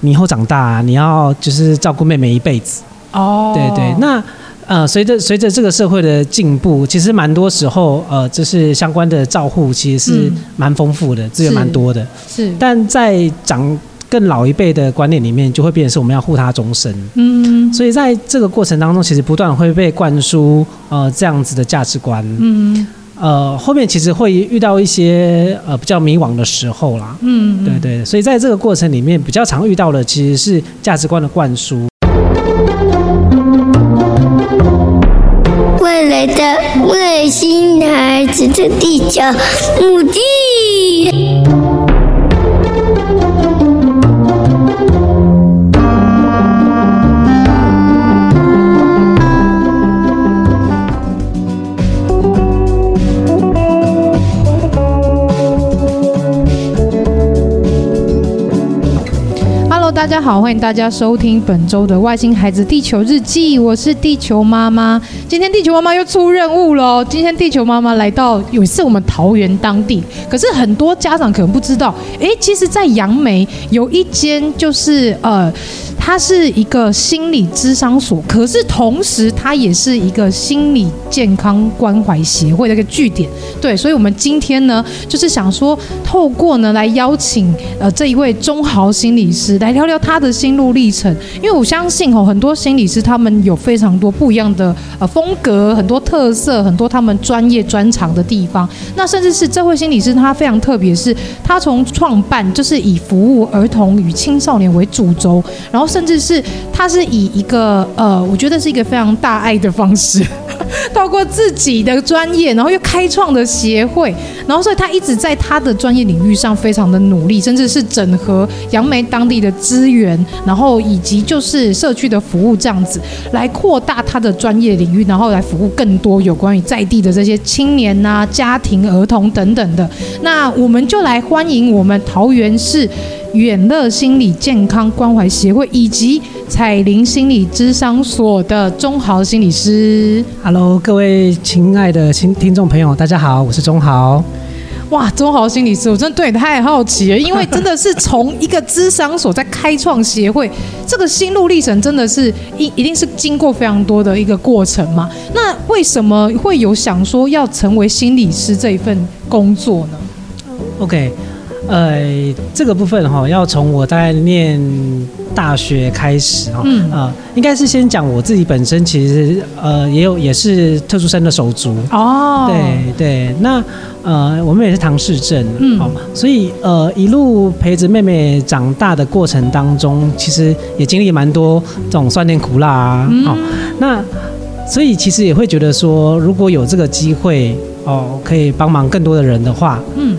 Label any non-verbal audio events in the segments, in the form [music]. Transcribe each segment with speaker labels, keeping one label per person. Speaker 1: 你以后长大、啊，你要就是照顾妹妹一辈子。
Speaker 2: 哦，
Speaker 1: 对对，那呃，随着随着这个社会的进步，其实蛮多时候呃，就是相关的照护其实是
Speaker 2: 嗯
Speaker 1: 蛮丰富的，资源
Speaker 2: 是
Speaker 1: 蛮多的。
Speaker 2: 是，
Speaker 1: 但在长更老一辈的观念里面，就会变成是我们要护她终身。
Speaker 2: 嗯
Speaker 1: 所以在这个过程当中，其实不断会被灌输呃这样子的价值观。
Speaker 2: 嗯
Speaker 1: 呃，后面其实会遇到一些呃比较迷惘的时候啦。
Speaker 2: 嗯，
Speaker 1: 对对，所以在这个过程里面，比较常遇到的其实是价值观的灌输。
Speaker 3: 未来的外星孩子的地球母地。
Speaker 2: Hello，大家好，欢迎大家收听本周的《外星孩子地球日记》，我是地球妈妈。今天地球妈妈又出任务喽！今天地球妈妈来到有一次我们桃园当地，可是很多家长可能不知道，诶，其实，在杨梅有一间就是呃，它是一个心理咨商所，可是同时它也是一个心理健康关怀协会的一个据点。对，所以我们今天呢，就是想说，透过呢来邀请呃这一位中豪心理师来聊聊他的心路历程，因为我相信哦，很多心理师他们有非常多不一样的呃风格、很多特色、很多他们专业专长的地方。那甚至是这位心理师他非常特别，是他从创办就是以服务儿童与青少年为主轴，然后甚至是他是以一个呃，我觉得是一个非常大爱的方式。透过自己的专业，然后又开创的协会，然后所以他一直在他的专业领域上非常的努力，甚至是整合杨梅当地的资源，然后以及就是社区的服务这样子，来扩大他的专业领域，然后来服务更多有关于在地的这些青年呐、家庭、儿童等等的。那我们就来欢迎我们桃园市。远乐心理健康关怀协会以及彩铃心理咨商所的钟豪心理师，
Speaker 1: Hello，各位亲爱的亲听众朋友，大家好，我是钟豪。
Speaker 2: 哇，中豪心理师，我真的对你太好奇了，因为真的是从一个智商所在开创协会，这个心路历程真的是一一定是经过非常多的一个过程嘛。那为什么会有想说要成为心理师这一份工作呢？
Speaker 1: OK，呃，这个部分哈、要从我大概念大学开始哈、
Speaker 2: 嗯
Speaker 1: 呃，应该是先讲我自己本身，其实呃也有也是特殊生的手足。
Speaker 2: 哦，
Speaker 1: 对对，那呃，我妹妹是唐氏症，
Speaker 2: 嗯
Speaker 1: 嗯，好，所以呃，一路陪着妹妹长大的过程当中，其实也经历蛮多这种酸甜苦辣啊，
Speaker 2: 嗯
Speaker 1: 好、那所以其实也会觉得说，如果有这个机会哦，可以帮忙更多的人的话，
Speaker 2: 嗯，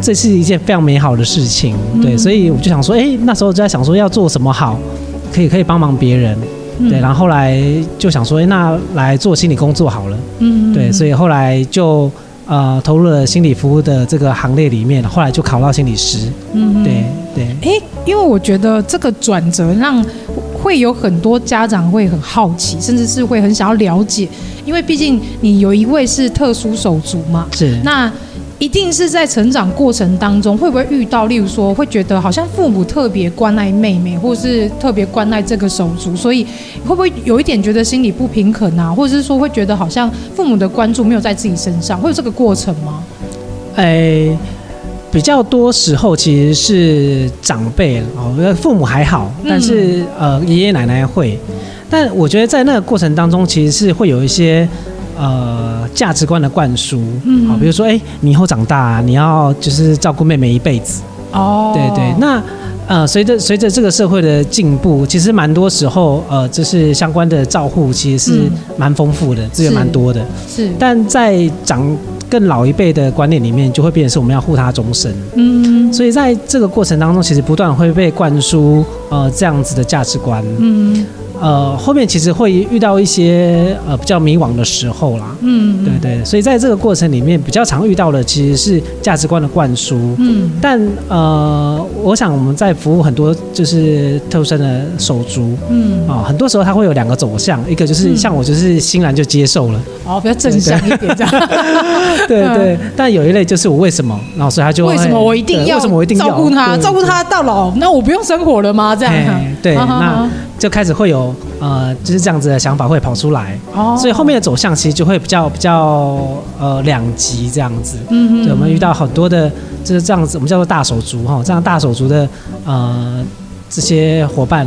Speaker 1: 这是一件非常美好的事情，对，
Speaker 2: 嗯
Speaker 1: 所以我就想说，哎、那时候就在想说要做什么好，可以可以帮忙别人，
Speaker 2: 嗯
Speaker 1: 对，然后后来就想说，哎、那来做心理工作好了。
Speaker 2: 嗯
Speaker 1: 对，所
Speaker 2: 以
Speaker 1: 以后来就呃投入了心理服务的这个行列里面，后来就考到心理师。
Speaker 2: 嗯
Speaker 1: 对对，
Speaker 2: 诶，因为我觉得这个转折让会有很多家长会很好奇，甚至是会很想要了解，因为毕竟你有一位是特殊手足嘛，
Speaker 1: 是
Speaker 2: 那一定是在成长过程当中，会不会遇到，例如说，会觉得好像父母特别关爱妹妹，或是特别关爱这个手足，所以会不会有一点觉得心里不平衡啊，或者是说会觉得好像父母的关注没有在自己身上，会有这个过程吗？
Speaker 1: 诶、比较多时候其实是长辈哦，呃父母还好，
Speaker 2: 嗯
Speaker 1: 但是、呃爷爷奶奶会。但我觉得在那个过程当中，其实是会有一些呃价值观的灌输，
Speaker 2: 嗯
Speaker 1: 好、比如说，哎、你以后长大、你要就是照顾妹妹一辈子，
Speaker 2: 哦
Speaker 1: 对对，那呃，随着随着这个社会的进步，其实蛮多时候呃，就是相关的照护其实是
Speaker 2: 嗯
Speaker 1: 蛮丰富的，资源
Speaker 2: 是
Speaker 1: 蛮多的。
Speaker 2: 是
Speaker 1: 但在长更老一辈的观念里面，就会变成是我们要护他终身。
Speaker 2: 嗯
Speaker 1: 所以在这个过程当中，其实不断会被灌输呃这样子的价值观。
Speaker 2: 嗯
Speaker 1: 呃，后面其实会遇到一些呃比较迷惘的时候啦。
Speaker 2: 嗯，
Speaker 1: 对对，所以在这个过程里面，比较常遇到的其实是价值观的灌输。
Speaker 2: 嗯
Speaker 1: 但呃，我想我们在服务很多就是特殊生的手足
Speaker 2: 嗯，
Speaker 1: 啊、很多时候它会有两个走向，一个就是
Speaker 2: 嗯
Speaker 1: 像我就是欣然就接受了，
Speaker 2: 哦，比较正向一点这样。 [laughs]
Speaker 1: 对对。但有一类就是我为什么，然后所以他就会
Speaker 2: 为什么我一定
Speaker 1: 对
Speaker 2: 要
Speaker 1: 为什么我一定要
Speaker 2: 照顾他，
Speaker 1: 对
Speaker 2: 照顾
Speaker 1: 对
Speaker 2: 他到老？那我不用生活了吗？这样
Speaker 1: 哎对，
Speaker 2: [laughs] 啊哈
Speaker 1: 那
Speaker 2: 哈
Speaker 1: 就开始会有呃，就是这样子的想法会跑出来，
Speaker 2: 哦
Speaker 1: 所以后面的走向其实就会比较比较呃两极这样子。
Speaker 2: 嗯
Speaker 1: 对，我们遇到很多的就是这样子，我们叫做大手足哈，这样大手足的呃这些伙伴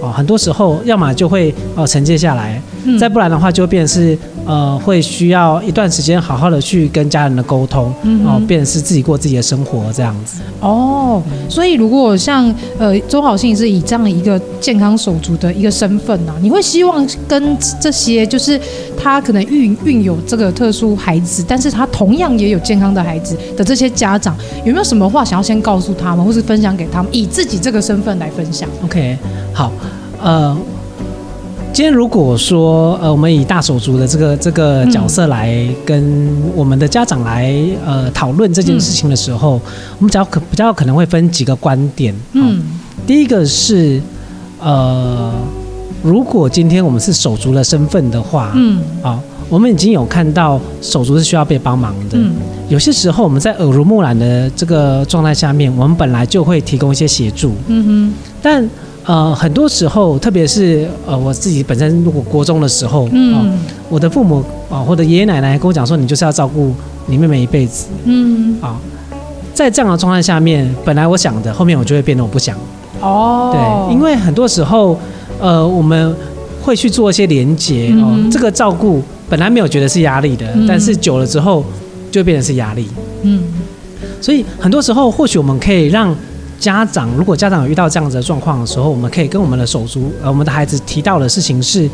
Speaker 1: 哦，很多时候要么就会呃承接下来，
Speaker 2: 嗯
Speaker 1: 再不然的话就变成是呃会需要一段时间好好的去跟家人的沟通，
Speaker 2: 嗯
Speaker 1: 哦
Speaker 2: 哼，
Speaker 1: 变成是自己过自己的生活这样子。
Speaker 2: 哦，所以如果像呃周好信是以这样一个健康手足的一个身份呐、你会希望跟这些就是他可能孕孕有这个特殊孩子，但是他同样也有健康的孩子的这些家长，有没有什么话想要先告诉他们，或是分享给他们，以自己这个身份来分享？
Speaker 1: OK，好，呃，今天如果说呃，我们以大手足的这个这个角色来跟我们的家长来呃讨论这件事情的时候，我们比较可比较可能会分几个观点。嗯，
Speaker 2: 嗯
Speaker 1: 第一个是呃，如果今天我们是手足的身份的话，嗯，
Speaker 2: 嗯
Speaker 1: 啊、我们已经有看到手足是需要被帮忙的。
Speaker 2: 嗯
Speaker 1: 有些时候我们在耳濡目染的这个状态下面，我们本来就会提供一些协助。
Speaker 2: 嗯
Speaker 1: 但呃，很多时候，特别是呃，我自己本身如果国中的时候，
Speaker 2: 哼嗯
Speaker 1: 哦我的父母啊、哦或者爷爷奶奶跟我讲说，你就是要照顾你妹妹一辈子
Speaker 2: 嗯
Speaker 1: 啊、在这样的状态下面，本来我想的，后面我就会变得我不想。
Speaker 2: 哦，
Speaker 1: 对，因为很多时候，呃，我们会去做一些连接哦、
Speaker 2: 嗯哼
Speaker 1: 这个照顾本来没有觉得是压力的，
Speaker 2: 嗯
Speaker 1: 但是久了之后就变成是压力。
Speaker 2: 嗯
Speaker 1: 所以很多时候，或许我们可以让家长，如果家长有遇到这样子的状况的时候，我们可以跟我们的手足，呃，我们的孩子提到的事情是，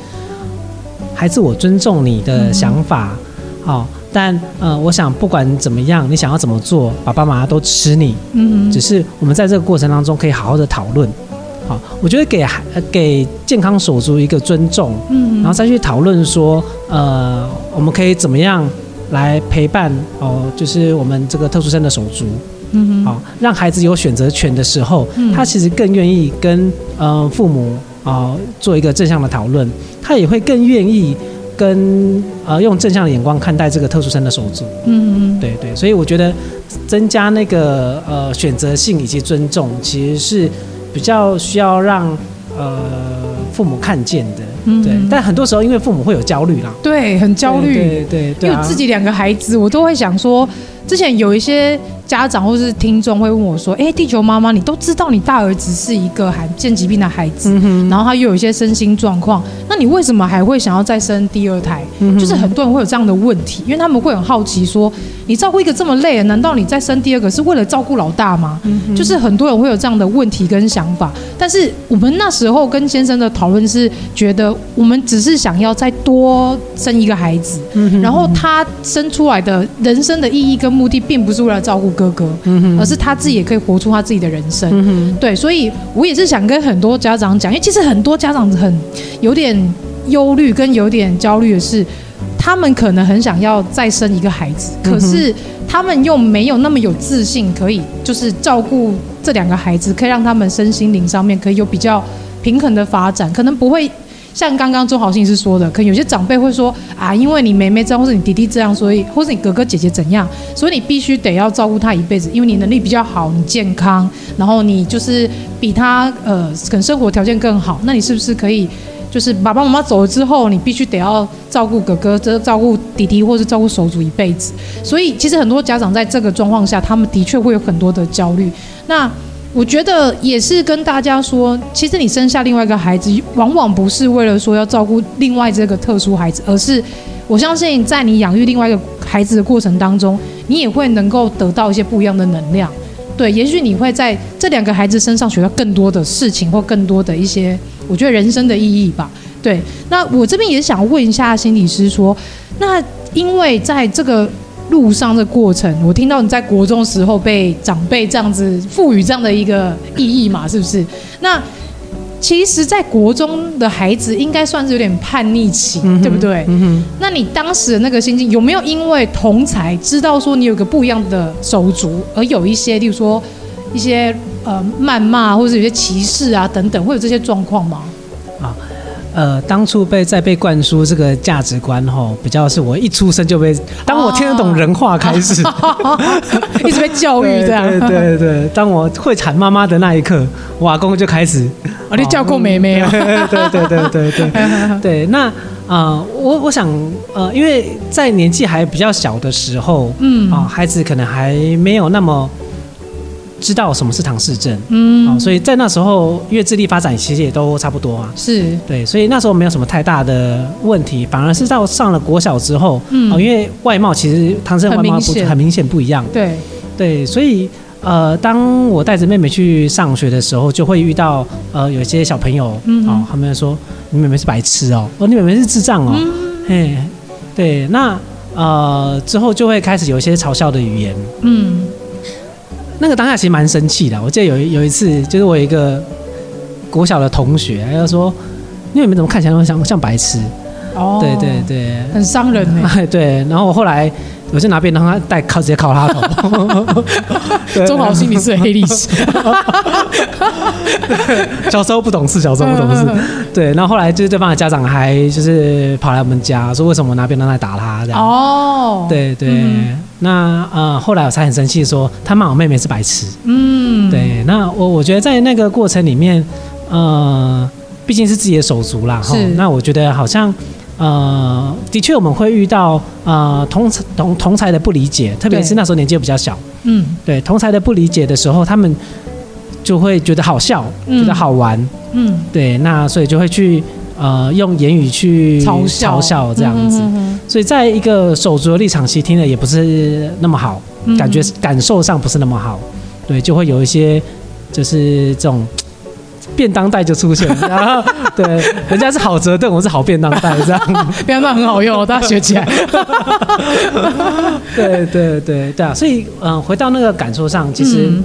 Speaker 1: 孩子，我尊重你的想
Speaker 2: 嗯
Speaker 1: 法，好、但呃，我想不管怎么样，你想要怎么做，爸爸妈妈都支持你，
Speaker 2: 嗯
Speaker 1: 只是我们在这个过程当中可以好好的讨论。好，我觉得给孩呃给健康手足一个尊重，
Speaker 2: 嗯
Speaker 1: 然后再去讨论说，呃，我们可以怎么样来陪伴哦、就是我们这个特殊生的手足，
Speaker 2: 嗯
Speaker 1: 好、让孩子有选择权的时候，
Speaker 2: 嗯
Speaker 1: 他其实更愿意跟呃父母啊、做一个正向的讨论，他也会更愿意跟呃用正向的眼光看待这个特殊生的手足，
Speaker 2: 嗯
Speaker 1: 对对，所以我觉得增加那个呃选择性以及尊重，其实是比较需要让呃父母看见的。
Speaker 2: 嗯
Speaker 1: 对，但很多时候因为父母会有焦虑啦，
Speaker 2: 对，很焦虑。
Speaker 1: 对对对对
Speaker 2: 因为
Speaker 1: 啊
Speaker 2: 自己两个孩子，我都会想说，之前有一些家长或是听众会问我说：“哎，地球妈妈，你都知道你大儿子是一个罕见疾病的孩
Speaker 1: 嗯
Speaker 2: 子，然后他又有一些身心状况，那你为什么还会想要再生第二胎？”
Speaker 1: 嗯
Speaker 2: 就是很多人会有这样的问题，因为他们会很好奇说：“你照顾一个这么累，难道你再生第二个是为了照顾老大吗？”
Speaker 1: 嗯
Speaker 2: 就是很多人会有这样的问题跟想法。但是我们那时候跟先生的讨论是，觉得我们只是想要再多生一个孩子，然后他生出来的人生的意义跟目的，并不是为了照顾哥哥，而是他自己也可以活出他自己的人生。对，所以我也是想跟很多家长讲，因为其实很多家长很有点忧虑跟有点焦虑的是，他们可能很想要再生一个孩子，可是他们又没有那么有自信，可以就是照顾这两个孩子，可以让他们身心灵上面可以有比较平衡的发展，可能不会。像刚刚周好信是说的，可能有些长辈会说啊，因为你妹妹这样，或者你弟弟这样，所以或者你哥哥姐姐怎样，所以你必须得要照顾他一辈子，因为你能力比较好，你健康，然后你就是比他呃，可能生活条件更好，那你是不是可以就是爸爸妈妈走了之后，你必须得要照顾哥哥、这照顾弟弟，或是照顾手足一辈子。所以，其实很多家长在这个状况下，他们的确会有很多的焦虑。那我觉得也是跟大家说，其实你生下另外一个孩子，往往不是为了说要照顾另外这个特殊孩子，而是我相信在你养育另外一个孩子的过程当中，你也会能够得到一些不一样的能量。对，也许你会在这两个孩子身上学到更多的事情，或更多的一些，我觉得人生的意义吧。对，那我这边也想问一下心理师说，那因为在这个路上的过程，我听到你在国中时候被长辈这样子赋予这样的一个意义嘛，是不是？那其实，在国中的孩子应该算是有点叛逆期，
Speaker 1: 嗯哼
Speaker 2: 对不对？
Speaker 1: 嗯哼。
Speaker 2: 那你当时的那个心境，有没有因为同才知道说你有个不一样的手足，而有一些，例如说一些呃谩骂，或者有些歧视啊等等，会有这些状况
Speaker 1: [laughs]
Speaker 2: 吗？
Speaker 1: 呃，当初被再被灌输这个价值观吼，比较是我一出生就被，当我听得懂人话开始，
Speaker 2: 一直被教育
Speaker 1: 对
Speaker 2: 这样，
Speaker 1: 对对对，当我会喊妈妈的那一刻，我阿公就开始，
Speaker 2: 哦，你叫过妹妹
Speaker 1: [laughs]
Speaker 2: 啊？
Speaker 1: 对对对对对
Speaker 2: [laughs]
Speaker 1: 对，那啊、呃我我想呃，因为在年纪还比较小的时候，
Speaker 2: 嗯
Speaker 1: 啊、孩子可能还没有那么知道什么是唐氏症，啊、
Speaker 2: 嗯，
Speaker 1: 所以在那时候，因为智力发展其实也都差不多啊，
Speaker 2: 是，
Speaker 1: 对，所以那时候没有什么太大的问题，反而是到上了国小之后，
Speaker 2: 嗯
Speaker 1: 哦因为外貌其实唐僧外貌
Speaker 2: 很明
Speaker 1: 不
Speaker 2: 显
Speaker 1: 很明显不一样，
Speaker 2: 对，
Speaker 1: 对，所以呃，当我带着妹妹去上学的时候，就会遇到呃有些小朋友，
Speaker 2: 嗯
Speaker 1: 哦，他们就说你妹妹是白痴哦，哦你妹妹是智障哦，嘿，
Speaker 2: 嗯
Speaker 1: 对，那呃之后就会开始有一些嘲笑的语言，
Speaker 2: 嗯，
Speaker 1: 那个当下其实蛮生气的。我记得有一有一次，就是我有一个国小的同学，他就说：“你们怎么看起来那么像像白痴
Speaker 2: 哦？”
Speaker 1: 对对，对， [laughs]
Speaker 2: 很伤人呢。
Speaker 1: 哎对。然后我后来我就拿便当他带靠直接靠他
Speaker 2: [laughs]
Speaker 1: 头。 [laughs] 对
Speaker 2: 中华心理是黑历
Speaker 1: [laughs]
Speaker 2: 史，
Speaker 1: 小时候不懂事，小时候不懂
Speaker 2: 嗯
Speaker 1: 事。对，然后后来就是对方的家长还就是跑来我们家说：“为什么我拿便当来打他？”这样。
Speaker 2: 哦，，
Speaker 1: 对对，
Speaker 2: 嗯
Speaker 1: 那呃，后来我才很生气，说他骂我妹妹是白痴。
Speaker 2: 嗯，，
Speaker 1: 对，那我我觉得在那个过程里面，呃，毕竟是自己的手足啦，哈
Speaker 2: 是。
Speaker 1: 那我觉得好像，呃，的确我们会遇到呃同同同才的不理解，特别
Speaker 2: 对
Speaker 1: 是那时候年纪又比较小，
Speaker 2: 嗯
Speaker 1: 对同才的不理解的时候，他们就会觉得好笑，
Speaker 2: 嗯
Speaker 1: 觉得好玩，
Speaker 2: 嗯，
Speaker 1: 对，那所以就会去呃用言语去
Speaker 2: 嗯嘲笑
Speaker 1: 嘲笑这样子。
Speaker 2: 嗯嗯
Speaker 1: 所以在一个手足的立场，其实听的也不是那么好，
Speaker 2: 嗯
Speaker 1: 感觉感受上不是那么好，对，就会有一些就是这种便当袋就出现 [laughs] 了，然后对，人家是好折凳，我是好便当袋这样，
Speaker 2: [laughs] 嗯便当很好
Speaker 1: [laughs]
Speaker 2: 用哦，大家学起来。
Speaker 1: 对对对对啊，所以嗯、呃回到那个感受上，其实、
Speaker 2: 嗯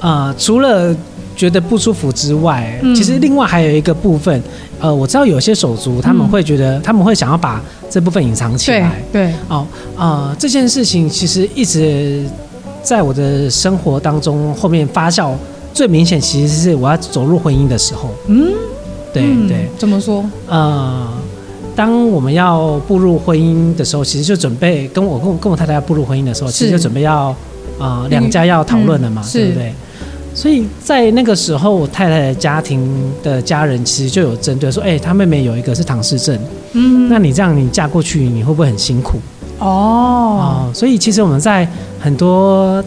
Speaker 1: 呃，除了觉得不舒服之外，
Speaker 2: 嗯
Speaker 1: 其实另外还有一个部分，呃，我知道有些手足他们
Speaker 2: 嗯
Speaker 1: 会觉得、他们会想要把这部分隐藏起
Speaker 2: 对
Speaker 1: 来，
Speaker 2: 对，
Speaker 1: 哦，呃，这件事情其实一直在我的生活当中后面发酵，最明显其实是我要走入婚姻的时候。
Speaker 2: 嗯，
Speaker 1: 对、
Speaker 2: 嗯
Speaker 1: 对，，
Speaker 2: 怎么说？
Speaker 1: 呃，当我们要步入婚姻的时候，其实就准备跟我跟我跟我太太要步入婚姻的时候，
Speaker 2: 是
Speaker 1: 其实就准备要呃两家要讨论了嘛，
Speaker 2: 嗯
Speaker 1: 对
Speaker 2: 是
Speaker 1: 不对？所以在那个时候，我太太的家庭的家人其实就有针对说，哎、她妹妹有一个是唐氏症，
Speaker 2: 嗯，
Speaker 1: 那你这样你嫁过去，你会不会很辛苦？
Speaker 2: 哦，
Speaker 1: 哦，所以其实我们在很多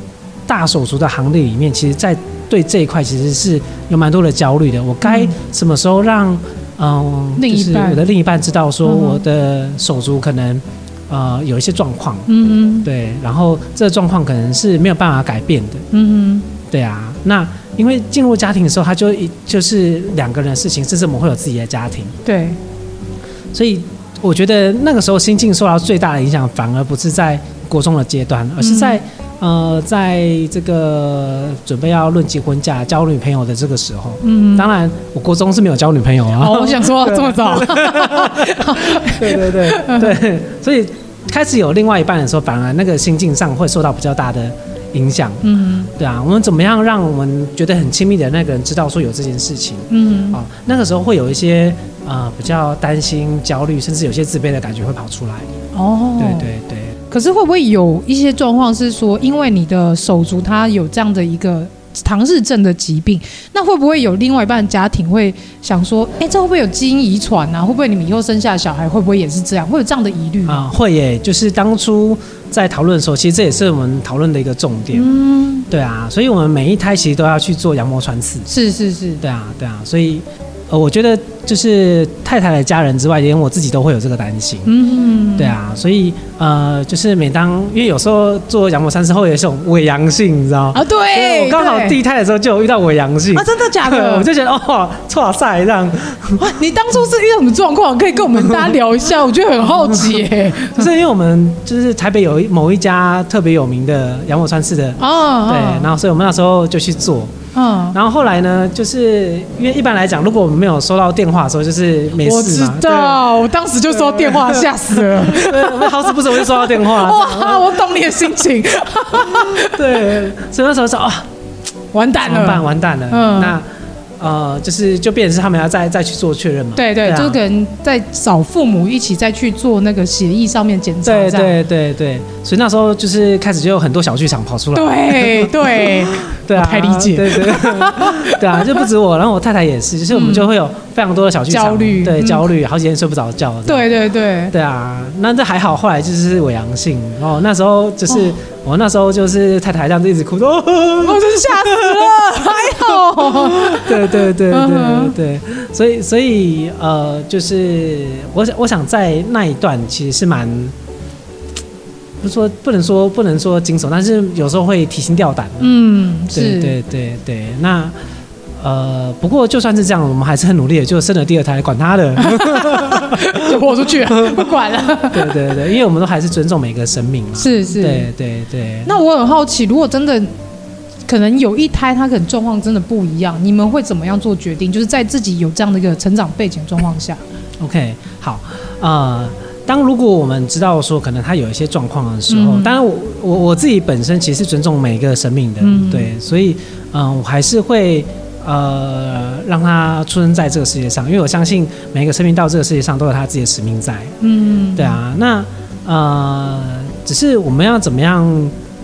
Speaker 1: 大手术的行列里面，其实，在对这一块其实是有蛮多的焦虑的。我该
Speaker 2: 嗯
Speaker 1: 什么时候让嗯、
Speaker 2: 另一
Speaker 1: 就是
Speaker 2: 半
Speaker 1: 我的另一半知道说
Speaker 2: 嗯哼
Speaker 1: 我的手足可能呃有一些状况，
Speaker 2: 嗯嗯
Speaker 1: 对，然后这个状况可能是没有办法改变的，
Speaker 2: 嗯
Speaker 1: 对啊。那因为进入家庭的时候，他就一就是两个人的事情，甚至我们会有自己的家庭，[laughs]
Speaker 2: 嗯，对，
Speaker 1: 所以我觉得那个时候心境受到最大的影响，反而不是在国中的阶段，而是
Speaker 2: 嗯
Speaker 1: 在、呃，在这个准备要论及婚嫁、交女朋友的这个时候。
Speaker 2: 嗯，
Speaker 1: 当然，我国中是没有交女朋友啊。
Speaker 2: 哦，
Speaker 1: [laughs]
Speaker 2: 我想说这么早，嗯
Speaker 1: 对对
Speaker 2: [laughs]
Speaker 1: 对对，所以开始有另外一半的时候，反而那个心境上会受到比较大的影响。
Speaker 2: 嗯
Speaker 1: 对啊，我们怎么样让我们觉得很亲密的那个人知道说有这件事情？
Speaker 2: 嗯，
Speaker 1: 哦，那个时候会有一些呃比较担心、焦虑，甚至有些自卑的感觉会跑出来。
Speaker 2: 哦，
Speaker 1: 对对对。
Speaker 2: 可是会不会有一些状况是说，因为你的手足他有这样的一个唐氏症的疾病，那会不会有另外一半的家庭会想说，哎、这会不会有基因遗传啊？会不会你们以后生下的小孩会不会也是这样？会有这样的疑虑
Speaker 1: 啊、
Speaker 2: 吗？
Speaker 1: 会耶，就是当初在讨论的时候，其实这也是我们讨论的一个重点。
Speaker 2: 嗯，
Speaker 1: 对啊，所以我们每一胎其实都要去做羊膜穿刺。
Speaker 2: 是是是，
Speaker 1: 对啊，对啊，所以呃，我觉得就是太太的家人之外，连我自己都会有这个担心。
Speaker 2: 嗯，
Speaker 1: 对啊，所以呃，就是每当因为有时候做羊膜穿刺后有一种伪阳性，你知道吗？
Speaker 2: 啊，对，
Speaker 1: 我刚好
Speaker 2: 对
Speaker 1: 第一胎的时候就有遇到伪阳性
Speaker 2: 啊，，真的假的？
Speaker 1: [laughs] 我就觉得哦，错赛这
Speaker 2: [laughs]
Speaker 1: 样，
Speaker 2: 哇，你当初是遇到什么状况？可以跟我们大家聊一下，我觉得很好奇 [laughs] 耶。
Speaker 1: 就是因为我们就是台北有一某一家特别有名的羊膜穿刺的，
Speaker 2: 哦，
Speaker 1: 对，然后所以我们那时候就去做，
Speaker 2: 嗯，
Speaker 1: 然后后来呢，就是因为一般来讲，如果我们没有收到电话的时候，就是没
Speaker 2: 我
Speaker 1: 事
Speaker 2: 知
Speaker 1: 嘛，
Speaker 2: 道，我当时就收到电话，吓死了。
Speaker 1: 对，对我们好死不死我就收到电
Speaker 2: [laughs] 啊
Speaker 1: 话，
Speaker 2: 哇，我懂你的心情，
Speaker 1: 对，所以那时候说啊，
Speaker 2: 完蛋
Speaker 1: 怎么办？
Speaker 2: 了。
Speaker 1: 完蛋了。
Speaker 2: 嗯
Speaker 1: 那呃，就是就变成是他们要再再去做确认嘛。
Speaker 2: 对对，
Speaker 1: 啊
Speaker 2: 就是可能在找父母一起再去做那个协议上面检查，
Speaker 1: 对
Speaker 2: 这样
Speaker 1: 对对对，所以那时候就是开始就有很多小剧场跑出来。
Speaker 2: 对对，
Speaker 1: 对啊，
Speaker 2: 我太理解
Speaker 1: 对对对对啊，就不止我，然后我太太也是，就是我们就会有非常多的小剧场，
Speaker 2: 嗯焦虑
Speaker 1: 对
Speaker 2: 嗯
Speaker 1: 焦虑，好几天睡不着觉。这样。
Speaker 2: 对对对，
Speaker 1: 对啊，那这还好，后来就是伪阳性，然后那时候
Speaker 2: 哦
Speaker 1: 就是、我那时候就是太太这样子一直哭，哦，
Speaker 2: 我真吓死了，还好，
Speaker 1: 对对对
Speaker 2: 嗯
Speaker 1: 对
Speaker 2: 哼
Speaker 1: 对，所以所以呃，就是我想我想在那一段其实是蛮，不说不能说不能说惊悚，但是有时候会提心吊胆。
Speaker 2: 嗯，
Speaker 1: 对
Speaker 2: 是，
Speaker 1: 对对对，那呃，不过就算是这样，我们还是很努力的，就生了第二胎，管他的。 [laughs]
Speaker 2: 就豁出去了，不管 [laughs] 了，
Speaker 1: 对对对，因为我们都还是尊重每个生命嘛。
Speaker 2: 是是，
Speaker 1: 对对对。
Speaker 2: 那我很好奇，如果真的可能有一胎，他可能状况真的不一样，你们会怎么样做决定？就是在自己有这样的一个成长背景状况下，
Speaker 1: OK，好，呃，当如果我们知道说可能他有一些状况的时候，
Speaker 2: 嗯
Speaker 1: 当然我我我自己本身其实是尊重每一个生命的，
Speaker 2: 嗯
Speaker 1: 对，所以嗯、呃我还是会呃让他出生在这个世界上，因为我相信每一个生命到这个世界上都有他自己的使命在，
Speaker 2: 嗯，
Speaker 1: 对，啊，那呃，只是我们要怎么样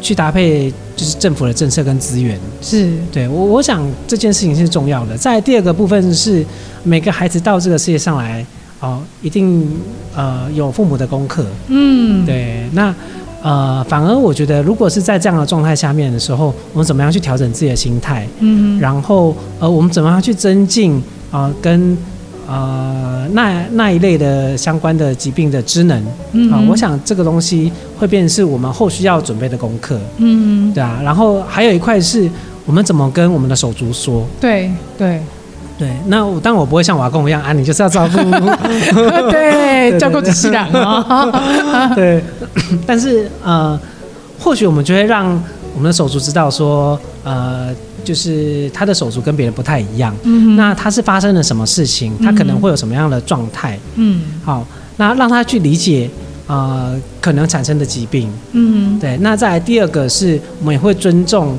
Speaker 1: 去搭配就是政府的政策跟资源，
Speaker 2: 是，
Speaker 1: 对我，我想这件事情是重要的。在第二个部分是，每个孩子到这个世界上来，哦，一定呃有父母的功课。
Speaker 2: 嗯，
Speaker 1: 对，那呃，反而我觉得，如果是在这样的状态下面的时候，我们怎么样去调整自己的心态？
Speaker 2: 嗯，
Speaker 1: 然后呃，我们怎么样去增进啊、呃跟呃那那一类的相关的疾病的知能
Speaker 2: 嗯
Speaker 1: 啊、我，想这个东西会变成是我们后续要准备的功课。
Speaker 2: 嗯，
Speaker 1: 对啊，然后还有一块是我们怎么跟我们的手足说。
Speaker 2: 对对
Speaker 1: 对，那我当然我不会像瓦工一样啊，你就是要照顾。
Speaker 2: [laughs] [laughs] 对，教过仔细啦啊，
Speaker 1: 对， [coughs] 但是呃，或许我们就会让我们的手足知道说，呃，就是他的手足跟别人不太一样，
Speaker 2: [laughs] 嗯
Speaker 1: 那他是发生了什么事情，他可能会有什么样的状态。
Speaker 2: 嗯
Speaker 1: 好，那让他去理解。呃，可能产生的疾病，
Speaker 2: 嗯
Speaker 1: 对。那再来第二个是，我们也会尊重，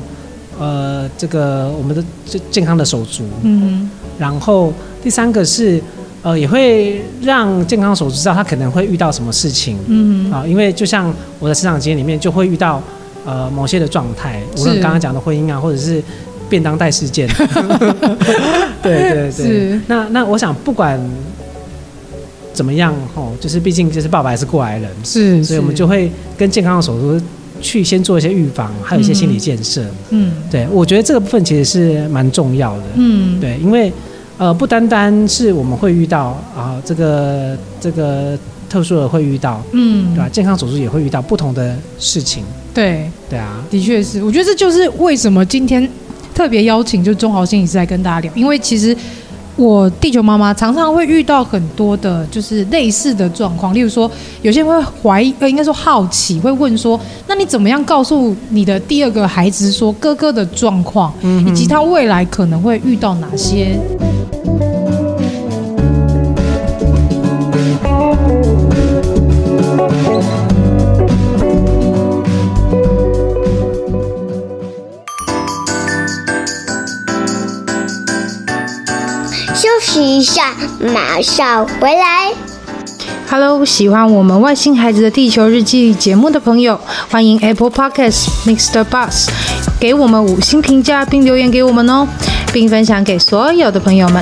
Speaker 1: 呃，这个我们的健健康的手足，
Speaker 2: 嗯
Speaker 1: 然后第三个是，呃，也会让健康手知道他可能会遇到什么事情
Speaker 2: 嗯，
Speaker 1: 啊、因为就像我的成长经验里面就会遇到呃某些的状态，无论
Speaker 2: 是
Speaker 1: 刚刚讲的婚姻啊，或者是便当袋事
Speaker 2: [laughs]
Speaker 1: 件，对对对
Speaker 2: 是。
Speaker 1: 那那我想不管怎么样吼，就是毕竟就是爸爸还是过来人，
Speaker 2: 是，
Speaker 1: 所以我们
Speaker 2: 是
Speaker 1: 就会跟健康的手足去先做一些预防，还有一些心理建设。
Speaker 2: 嗯
Speaker 1: 对我觉得这个部分其实是蛮重要的。
Speaker 2: 嗯
Speaker 1: 对，因为呃，不单单是我们会遇到啊、这个这个特殊的会遇到，
Speaker 2: 嗯
Speaker 1: 对吧？健康手术也会遇到不同的事情，
Speaker 2: 对。
Speaker 1: 对啊，
Speaker 2: 的确是，我觉得这就是为什么今天特别邀请就是中豪心理师来跟大家聊，因为其实我地球妈妈常常会遇到很多的，就是类似的状况，例如说有些人会怀疑，呃，应该说好奇，会问说，那你怎么样告诉你的第二个孩子说哥哥的状况，以及他未来可能会遇到哪些？
Speaker 3: 休息一下，马上回来。
Speaker 2: Hello，喜欢我们《外星孩子的地球日记》节目的朋友，欢迎 Apple Podcasts、Mr. Bus 给我们五星评价并留言给我们哦，并分享给所有的朋友们。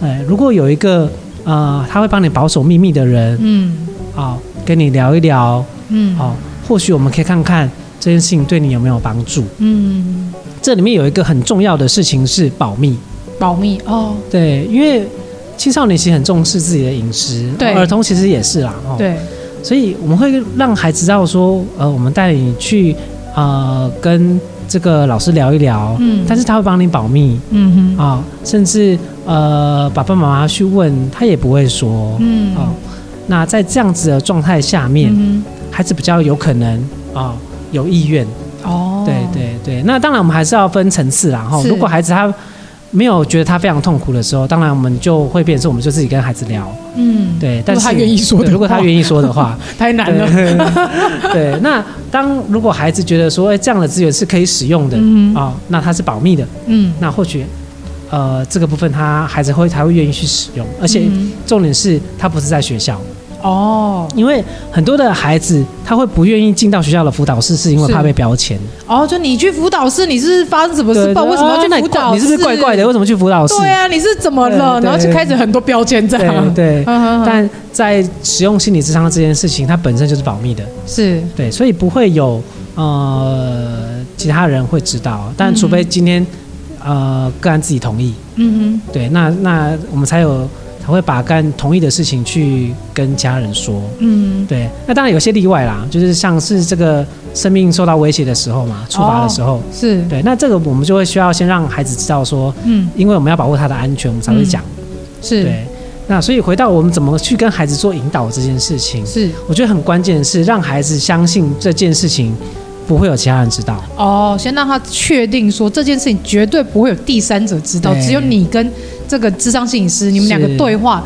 Speaker 1: 哎、如果有一个呃，他会帮你保守秘密的人，
Speaker 2: 嗯
Speaker 1: 哦，跟你聊一聊，
Speaker 2: 嗯
Speaker 1: 哦，或许我们可以看看这件事情对你有没有帮助。
Speaker 2: 嗯，
Speaker 1: 这里面有一个很重要的事情是保密，
Speaker 2: 保密哦，
Speaker 1: 对，因为青少年其实很重视自己的饮食，
Speaker 2: 对
Speaker 1: 儿童其实也是啦。哦，
Speaker 2: 对，
Speaker 1: 所以我们会让孩子知道说，呃，我们带你去呃跟这个老师聊一聊，
Speaker 2: 嗯
Speaker 1: 但是他会帮你保密
Speaker 2: 嗯哼，
Speaker 1: 啊、甚至呃爸爸妈妈去问他也不会说，
Speaker 2: 嗯，
Speaker 1: 哦，那在这样子的状态下面，
Speaker 2: 嗯
Speaker 1: 孩子比较有可能啊、有意愿，
Speaker 2: 哼，哦，
Speaker 1: 对，对对。那当然我们还是要分层次啦，哈。
Speaker 2: 是
Speaker 1: 如果孩子他没有觉得他非常痛苦的时候，当然我们就会变成是我们就自己跟孩子聊，
Speaker 2: 嗯，
Speaker 1: 对。但是
Speaker 4: 他愿意说的
Speaker 1: 对如果
Speaker 4: 话
Speaker 1: 他愿意说
Speaker 4: [laughs]
Speaker 1: 的话，
Speaker 4: 太难了。
Speaker 1: 对 [laughs] 对，那当如果孩子觉得说，哎、这样的资源是可以使
Speaker 4: [laughs]
Speaker 1: 用的啊、
Speaker 2: 嗯
Speaker 1: 那它是保密的，
Speaker 2: 嗯，
Speaker 1: 那或许。呃，这个部分他孩子会才会愿意去使用，而且
Speaker 2: 嗯
Speaker 1: 重点是他不是在学校，
Speaker 4: 哦
Speaker 1: 因为很多的孩子他会不愿意进到学校的辅导室，是因为
Speaker 4: 是
Speaker 1: 怕被标签。
Speaker 4: 哦，就你去辅导室，你是发生什么事？不知道为什么要
Speaker 1: 啊那
Speaker 4: 去
Speaker 1: 你
Speaker 4: 辅
Speaker 1: 怪
Speaker 4: 导室？
Speaker 1: 你是不是怪怪的？为什么去辅导室？
Speaker 4: 对啊，你是怎么了？
Speaker 1: 对
Speaker 4: 然后就
Speaker 1: 对
Speaker 4: 开始很多标签这样。
Speaker 1: 对对
Speaker 4: 嗯，但
Speaker 1: 但在使用心理智商这件事情，它本身就是保密的，
Speaker 4: 是
Speaker 1: 对，所以不会有呃其他人会知道，但除非今天、呃个案自己同意，
Speaker 2: 嗯哼，
Speaker 1: 对，那那我们才有才会把个案同意的事情去跟家人说，
Speaker 2: 嗯，
Speaker 1: 对，那当然有些例外啦，就是像是这个生命受到威胁的时候嘛，处罚的时
Speaker 2: 哦
Speaker 1: 候，
Speaker 2: 是，
Speaker 1: 对，那这个我们就会需要先让孩子知道说，
Speaker 2: 嗯，
Speaker 1: 因为我们要保护他的安全，我们才会讲。
Speaker 2: 是，
Speaker 1: 对，那所以回到我们怎么去跟孩子做引导这件事情，
Speaker 2: 是，
Speaker 1: 我觉得很关键的是让孩子相信这件事情不会有其他人知道。
Speaker 2: 哦，先让他确定说这件事情绝对不会有第三者知道，
Speaker 1: 对
Speaker 2: 只有你跟这个智商心理师你们两个
Speaker 1: 是
Speaker 2: 对话，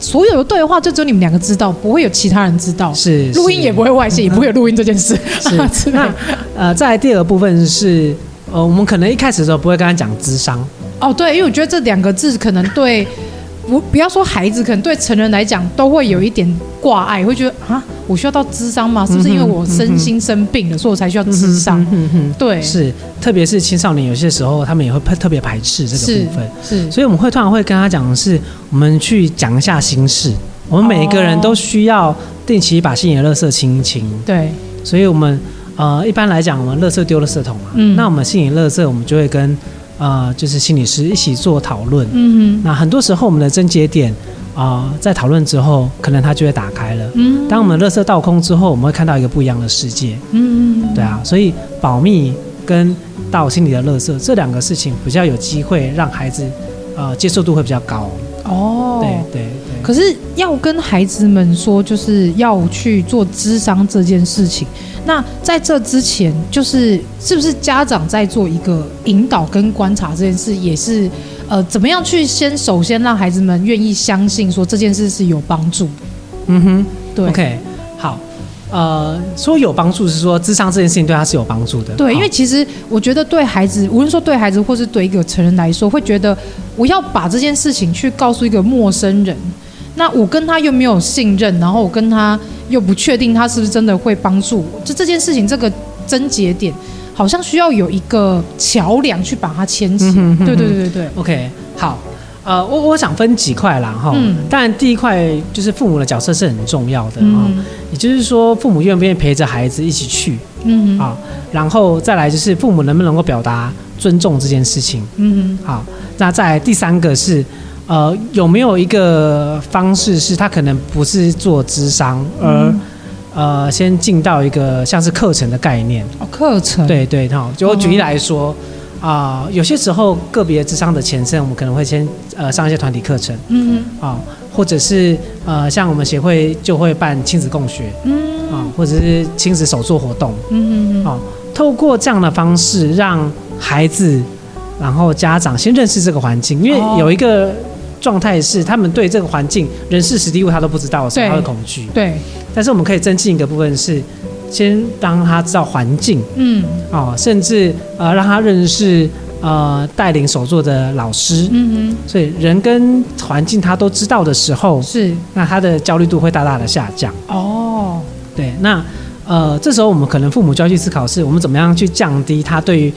Speaker 2: 所有的对话就只有你们两个知道，不会有其他人知道，
Speaker 1: 是
Speaker 4: 录音也不会外泄，也不会有录音这件事。
Speaker 1: 是。
Speaker 4: 之
Speaker 2: [laughs]
Speaker 4: 类
Speaker 1: 那
Speaker 4: 的
Speaker 1: 呃，再来第二个部分是。呃，我们可能一开始的时候不会跟他讲智商，
Speaker 2: 哦，对，因为我觉得这两个字可能对不不要说孩子，可能对成人来讲都会有一点挂碍，会觉得啊，我需要到智商吗？是不是因为我身心生病了，所以我才需要智商？
Speaker 1: 嗯哼，
Speaker 2: 对，
Speaker 1: 是，特别是青少年，有些时候他们也会特特别排斥这个
Speaker 2: 是
Speaker 1: 部分，
Speaker 2: 是
Speaker 1: 所以我们会通常会跟他讲的是，我们去讲一下心事，我们每一个人都需要定期把心里的垃圾清一清，
Speaker 2: 对，
Speaker 1: 所以我们呃一般来讲，我们垃圾丢垃圾桶嘛，啊
Speaker 2: 嗯
Speaker 1: 那我们心理垃圾我们就会跟呃就是心理师一起做讨论。
Speaker 2: 嗯哼，
Speaker 1: 那很多时候我们的症结点啊、呃在讨论之后，可能它就会打开了。
Speaker 2: 嗯
Speaker 1: 当我们垃圾倒空之后，我们会看到一个不一样的世界。
Speaker 2: 嗯嗯，
Speaker 1: 对啊，所以保密跟倒心理的垃圾这两个事情比较有机会让孩子呃接受度会比较高。
Speaker 2: 哦，
Speaker 1: 对对对。
Speaker 2: 可是要跟孩子们说，就是要去做智商这件事情。那在这之前，就是是不是家长在做一个引导跟观察这件事，也是呃，怎么样去先首先让孩子们愿意相信说这件事是有帮助的？
Speaker 1: 嗯哼。
Speaker 2: 对
Speaker 1: OK，好，呃，说有帮助是说智商这件事情对他是有帮助的。
Speaker 2: 对，因为
Speaker 1: 好
Speaker 2: 其实我觉得对孩子，无论说对孩子或是对一个成人来说，会觉得我要把这件事情去告诉一个陌生人，那我跟他又没有信任，然后我跟他又不确定他是不是真的会帮助我，就这件事情这个症结点，好像需要有一个桥梁去把它牵起来。
Speaker 1: 嗯哼嗯哼
Speaker 2: 对对对对对，
Speaker 1: OK，好，呃，我我想分几块啦哈
Speaker 2: 嗯。
Speaker 1: 当然，第一块就是父母的角色是很重要的啊，
Speaker 2: 嗯
Speaker 1: 也就是说，父母愿不愿意陪着孩子一起去
Speaker 2: 嗯哼
Speaker 1: 啊，然后再来就是父母能不能够表达尊重这件事情。
Speaker 2: 嗯
Speaker 1: 好，那再来第三个是，呃，有没有一个方式是他可能不是做智商，而、
Speaker 2: 嗯
Speaker 1: 呃先进到一个像是课程的概念？
Speaker 2: 哼，哦，课程，
Speaker 1: 对对，哈，就我举例来说。
Speaker 2: 哦
Speaker 1: 啊、有些时候个别智商的前身，我们可能会先呃上一些团体课程
Speaker 2: 嗯
Speaker 1: 啊、或者是呃像我们协会就会办亲子共学
Speaker 2: 哼嗯
Speaker 1: 啊、或者是亲子手作活动，
Speaker 2: 嗯嗯
Speaker 1: 哦，透过这样的方式让孩子，然后家长先认识这个环境，因
Speaker 2: 哦
Speaker 1: 为有一个状态是他们对这个环境人事实地物他都不知道，所以
Speaker 2: 对
Speaker 1: 他会恐惧。
Speaker 2: 对，
Speaker 1: 但是我们可以增进一个部分是，先让他知道环境
Speaker 2: 嗯
Speaker 1: 哦，甚至呃让他认识呃带领手作的老师，
Speaker 2: 嗯
Speaker 1: 所以人跟环境他都知道的时候
Speaker 2: 哼，是
Speaker 1: 那他的焦虑度会大大的下降。
Speaker 2: 哦，
Speaker 1: 对，那呃，这时候我们可能父母就要去思考，是我们怎么样去降低他对于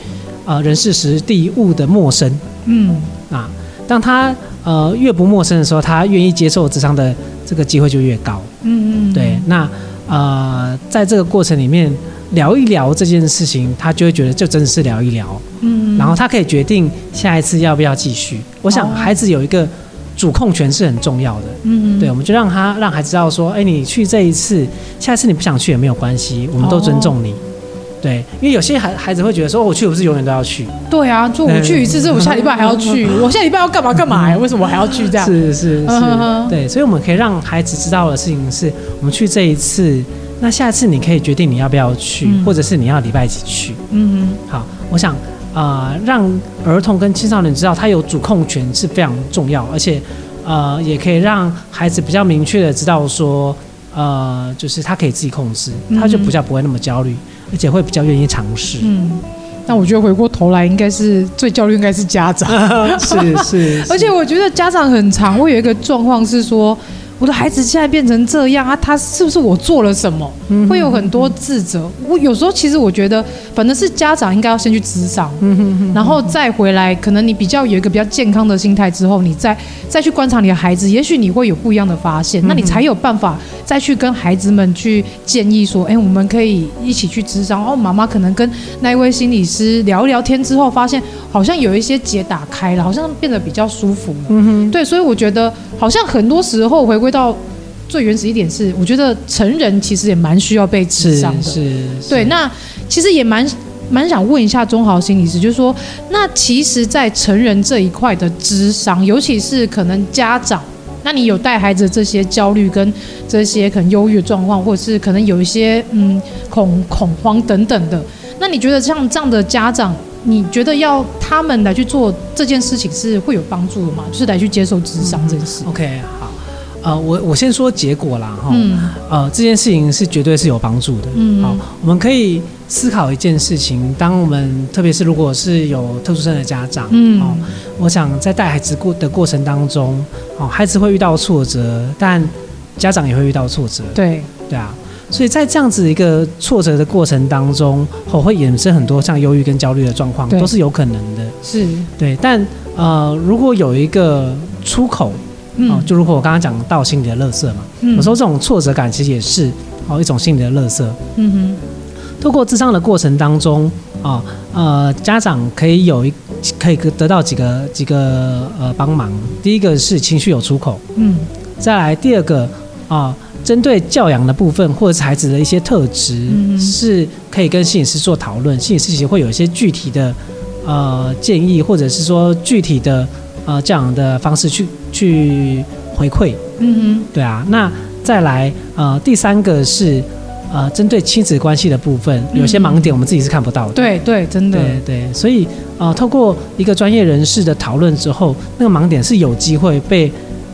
Speaker 1: 呃人事实地物的陌生
Speaker 2: 嗯
Speaker 1: 啊。当他呃越不陌生的时候，他愿意接受智商的这个机会就越高。
Speaker 2: 嗯嗯，
Speaker 1: 对，那呃，在这个过程里面聊一聊这件事情，他就会觉得就真的是聊一聊，
Speaker 2: 嗯，嗯
Speaker 1: 然后他可以决定下一次要不要继续。我想
Speaker 2: 哦
Speaker 1: 孩子有一个主控权是很重要的。
Speaker 5: 嗯，
Speaker 1: 对，我们就让他让孩子知道说，哎，你去这一次，下次你不想去也没有关系，我们
Speaker 2: 哦
Speaker 1: 都尊重你。对，因为有些孩孩子会觉得说，哦我去我不是永远都要去，
Speaker 2: 对啊，就我去一次，是我下礼拜还要去，我下礼拜要干嘛干嘛、欸，为什么我还要去这样？
Speaker 1: 是是是
Speaker 2: 嗯哼哼，
Speaker 1: 对，所以我们可以让孩子知道的事情是，我们去这一次，那下次你可以决定你要不要去，
Speaker 5: 嗯
Speaker 1: 或者是你要礼拜几去。
Speaker 5: 嗯
Speaker 1: 好，我想啊、呃让儿童跟青少年知道他有主控权是非常重要，而且呃，也可以让孩子比较明确的知道说，呃，就是他可以自己控制，他就比较不会那么焦虑，而且会比较愿意尝试。
Speaker 2: 嗯，那我觉得回过头来，应该是最焦虑应该是家长。
Speaker 1: [laughs] 是是，是
Speaker 2: 而 [laughs] 且我觉得家长很常会有一个状况是说，我的孩子现在变成这样啊，他是不是我做了什么？会有很多自责。我有时候其实我觉得，反正是家长应该要先去咨商，然后再回来，可能你比较有一个比较健康的心态之后，你再再去观察你的孩子，也许你会有不一样的发现，那你才有办法再去跟孩子们去建议说，哎，我们可以一起去咨商。哦，妈妈可能跟那一位心理师聊一聊天之后，发现好像有一些结打开了，好像变得比较舒服了。
Speaker 1: 嗯
Speaker 2: 对，所以我觉得好像很多时候回归到最原始一点是，我觉得成人其实也蛮需要被
Speaker 1: 是
Speaker 2: 智商的。
Speaker 1: 是，是
Speaker 2: 对，那其实也蛮蛮想问一下钟豪心理师，就是说，那其实，在成人这一块的智商，尤其是可能家长。那你有带孩子的这些焦虑跟这些可能忧郁的状况，或者是可能有一些嗯恐恐慌等等的，那你觉得像这样的家长，你觉得要他们来去做这件事情是会有帮助的吗？就是来去接受智商这件事？
Speaker 1: OK 好。呃，我我先说结果啦，哈、
Speaker 2: 嗯
Speaker 1: 呃，这件事情是绝对是有帮助的。
Speaker 2: 嗯
Speaker 1: 好，我们可以思考一件事情，当我们特别是如果是有特殊生的家长，
Speaker 2: 嗯
Speaker 1: 哦，我想在带孩子过的过程当中，哦，孩子会遇到挫折，但家长也会遇到挫折，
Speaker 2: 对，
Speaker 1: 对啊，所以在这样子一个挫折的过程当中，哦，会衍生很多像忧郁跟焦虑的状况，
Speaker 2: 对
Speaker 1: 都是有可能的，
Speaker 2: 是，
Speaker 1: 对。但呃，如果有一个出口，哦，就如果我刚刚讲到心理的垃圾嘛，
Speaker 2: 嗯
Speaker 1: 有时候这种挫折感其实也是哦一种心理的垃圾。
Speaker 2: 嗯哼，
Speaker 1: 透过智商的过程当中，啊、呃，家长可以有一可以得到几个几个呃帮忙。第一个是情绪有出口，
Speaker 2: 嗯
Speaker 1: 再来第二个啊、针对教养的部分或者是孩子的一些特质，
Speaker 2: 嗯哼
Speaker 1: 是可以跟心理师做讨论，心理师其实会有一些具体的呃建议，或者是说具体的呃教养的方式去去回馈。
Speaker 2: 嗯哼，
Speaker 1: 对啊，那再来呃，第三个是呃，针对亲子关系的部分，有些盲点我们自己是看不到的。
Speaker 2: 对对，真的，
Speaker 1: 对对，所以呃，透过一个专业人士的讨论之后，那个盲点是有机会被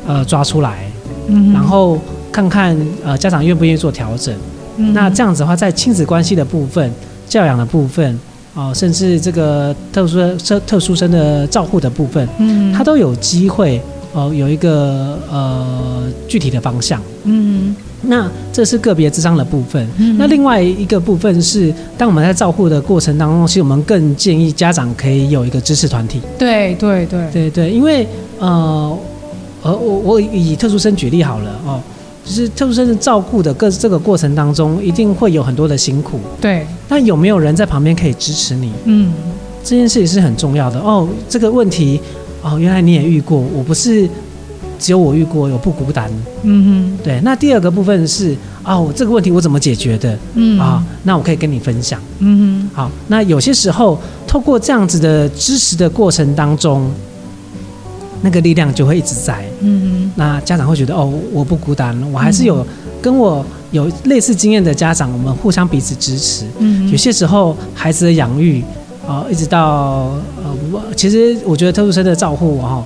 Speaker 1: 呃抓出来，
Speaker 2: 嗯哼
Speaker 1: 然后看看呃家长愿不愿意做调整。
Speaker 2: 嗯
Speaker 1: 那这样子的话，在亲子关系的部分、教养的部分，哦、甚至这个特殊生特特殊生的照护的部分，
Speaker 2: 嗯
Speaker 1: 他都有机会哦、有一个呃具体的方向。
Speaker 2: 嗯
Speaker 1: 那这是个别智商的部分。那另外一个部分是，当我们在照护的过程当中，其实我们更建议家长可以有一个支持团体。
Speaker 2: 对对对，
Speaker 1: 对对，因为呃呃，我我以特殊生举例好了哦，就是特殊生的照顾的各这个过程当中，一定会有很多的辛苦。
Speaker 2: 对，
Speaker 1: 但有没有人在旁边可以支持你，
Speaker 2: 嗯
Speaker 1: 这件事情是很重要的哦。这个问题哦，原来你也遇过，我不是只有我遇过，有不孤单。
Speaker 2: 嗯
Speaker 1: 对，那第二个部分是啊，我、这个问题我怎么解决的
Speaker 2: 哼，嗯
Speaker 1: 啊、，那我可以跟你分享。
Speaker 2: 嗯
Speaker 1: 好，那有些时候透过这样子的支持的过程当中，那个力量就会一直在。
Speaker 2: 哼，嗯
Speaker 1: 那家长会觉得哦，我不孤单，我还是有跟我有类似经验的家长，我们互相彼此支持。
Speaker 2: 哼，嗯
Speaker 1: 有些时候孩子的养育，啊、一直到呃，我其实我觉得特殊生的照护哈，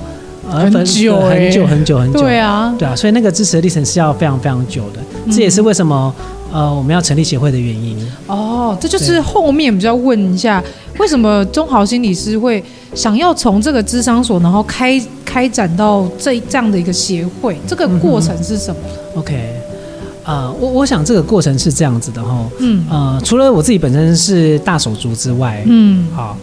Speaker 1: 呃
Speaker 2: 很
Speaker 1: 分
Speaker 2: 久
Speaker 1: 对
Speaker 2: 欸
Speaker 1: 很久很久很久，
Speaker 2: 对啊，
Speaker 1: 对啊，所以那个支持的历程是要非常非常久的，这也是
Speaker 2: 嗯
Speaker 1: 为什么呃我们要成立协会的原因。
Speaker 2: 哦，这就是
Speaker 1: 对
Speaker 2: 后面比较问一下，为什么中豪心理师会想要从这个智商所，然后开开展到这这样的一个协会，这
Speaker 1: 嗯
Speaker 2: 个过程是什么？
Speaker 1: OK，呃，我我想这个过程是这样子的哈，
Speaker 2: 嗯
Speaker 1: 呃，除了我自己本身是大手足之外，
Speaker 2: 嗯
Speaker 1: 好、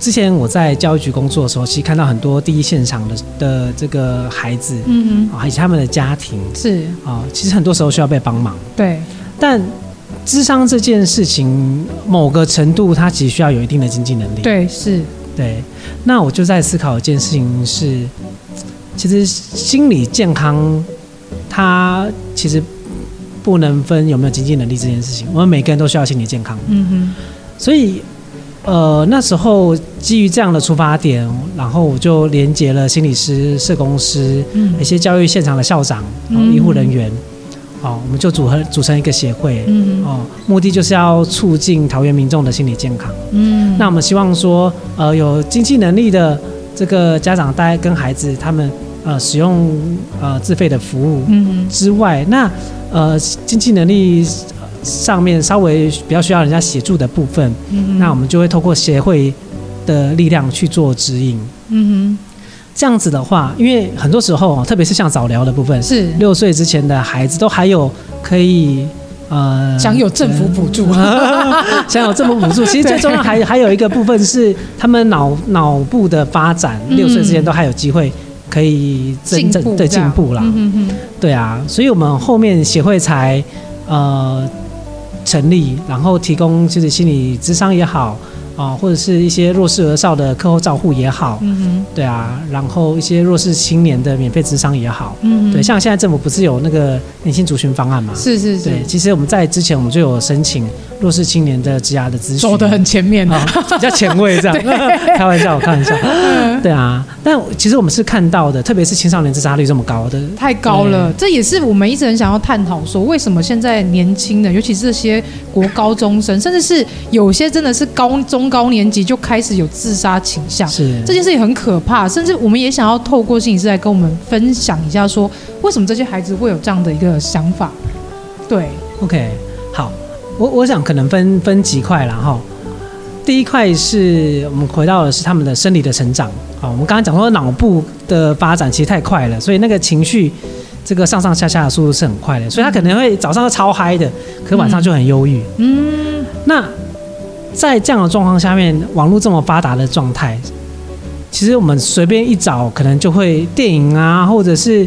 Speaker 1: 之前我在教育局工作的时候，其实看到很多第一现场的的这个孩子，
Speaker 2: 嗯
Speaker 1: 啊、以及他们的家庭
Speaker 2: 哼，是
Speaker 1: 啊、其实很多时候需要被帮忙，
Speaker 2: 对，
Speaker 1: 但。智商这件事情，某个程度，它其实需要有一定的经济能力。
Speaker 2: 对是，
Speaker 1: 对，那我就在思考一件事情是，其实心理健康，它其实不能分有没有经济能力这件事情，我们每个人都需要心理健康。
Speaker 2: 嗯
Speaker 1: 所以，呃，那时候基于这样的出发点，然后我就连接了心理师、社工师，
Speaker 2: 嗯
Speaker 1: 一些教育现场的校长、然后
Speaker 2: 嗯
Speaker 1: 医护人员，哦，我们就组合组成一个协会
Speaker 2: 哼，，嗯
Speaker 1: 哦，目的就是要促进桃园民众的心理健康。
Speaker 2: 嗯
Speaker 1: 那我们希望说，呃，有经济能力的这个家长带跟孩子，他们呃使用呃自费的服务
Speaker 2: 嗯
Speaker 1: 之外，那呃经济能力呃上面稍微比较需要人家协助的部分，
Speaker 2: 嗯
Speaker 1: 那我们就会透过协会的力量去做指引。
Speaker 2: 嗯
Speaker 1: 这样子的话，因为很多时候哦，特别是像早疗的部分
Speaker 2: 哼，是
Speaker 1: 六岁之前的孩子都还有可以呃
Speaker 2: 享有政府补助，
Speaker 1: 嗯像有这么
Speaker 2: [laughs]
Speaker 1: 补助，其实最重要还还有一个部分是他们脑脑部的发展，
Speaker 2: 嗯
Speaker 1: 六岁之前都还有机会可以真
Speaker 2: 进步
Speaker 1: 正对
Speaker 2: 这
Speaker 1: 进
Speaker 2: 样
Speaker 1: 步啦，
Speaker 2: 嗯哼哼
Speaker 1: 对啊，所以我们后面协会才呃成立，然后提供就是心理咨商也好啊、或者是一些弱势儿少的课后照护也好，
Speaker 2: 嗯哼
Speaker 1: 对啊，然后一些弱势青年的免费咨商也好，
Speaker 2: 嗯哼
Speaker 1: 对，像现在政府不是有那个年轻族群方案嘛？
Speaker 2: 是是是
Speaker 1: 对，，其实我们在之前我们就有申请弱势青年的职涯的咨询，
Speaker 2: 走得很前面
Speaker 1: 啊、 [laughs] 比较前卫
Speaker 2: [laughs]
Speaker 1: 这样，开玩笑，我开玩笑，对啊，但其实我们是看到的，特别是青少年自杀率这么高的，
Speaker 2: 太高了，这也是我们一直很想要探讨说，为什么现在年轻人，尤其是这些国高中生，甚至是有些真的是高中高年级就开始有自杀倾向，
Speaker 1: 是
Speaker 2: 啊这件事情很可怕。甚至我们也想要透过心理师来跟我们分享一下说为什么这些孩子会有这样的一个想法。对，
Speaker 1: OK，好，我我想可能分分几块啦哈。第一块是我们回到的是他们的生理的成长啊，我们刚刚讲说脑部的发展其实太快了，所以那个情绪这个上上下下的速度是很快的，所以他可能会早上超嗨的，可是晚上就很忧郁。
Speaker 2: 嗯
Speaker 1: 那在这样的状况下面，网络这么发达的状态，其实我们随便一找，可能就会电影啊，或者是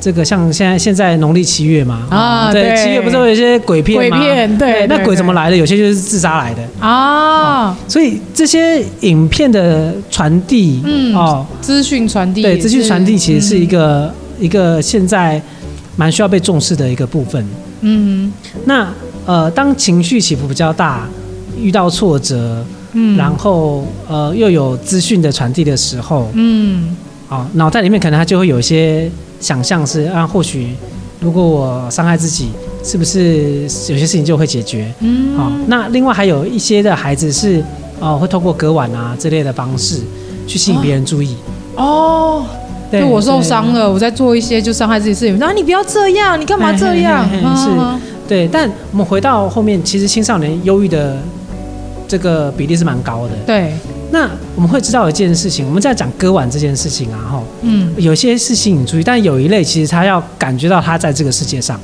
Speaker 1: 这个像现在现在农历七月嘛，
Speaker 2: 啊
Speaker 1: 哦对，
Speaker 2: 对
Speaker 1: 七月不是会有一些鬼片吗？
Speaker 2: 鬼片对对
Speaker 1: 那鬼
Speaker 2: 对
Speaker 1: 怎么来的？哦有些就是自杀来的，
Speaker 2: 啊，
Speaker 1: 所以这些影片的传递，
Speaker 2: 嗯
Speaker 1: 哦，
Speaker 2: 资讯传递也
Speaker 1: 对，
Speaker 2: 是，
Speaker 1: 资讯传递其实是一
Speaker 2: 嗯
Speaker 1: 个、一个现在蛮需要被重视的一个部分。
Speaker 2: 嗯
Speaker 1: 那呃，当情绪起伏比较大，遇到挫折，
Speaker 2: 嗯
Speaker 1: 然后呃又有资讯的传递的时候，
Speaker 2: 嗯
Speaker 1: 啊、脑袋里面可能他就会有一些想象是啊，或许如果我伤害自己，是不是有些事情就会解决？
Speaker 2: 嗯
Speaker 1: 啊、那另外还有一些的孩子是哦、会透过割腕啊之类的方式去吸引别人注意。
Speaker 2: 哦。
Speaker 1: 对
Speaker 2: 就我受伤。了，我在做一些就伤害自己的事情。然后你不要这样，你干嘛这样？
Speaker 1: 嘿嘿嘿嘿是
Speaker 2: 啊
Speaker 1: 对对，但我们回到后面，其实青少年忧郁的这个比例是蛮高的。
Speaker 2: 对，
Speaker 1: 那我们会知道一件事情，我们在讲割腕这件事情啊，哈，
Speaker 2: 嗯，
Speaker 1: 有些是吸引注意，但有一类其实他要感觉到他在这个世界上。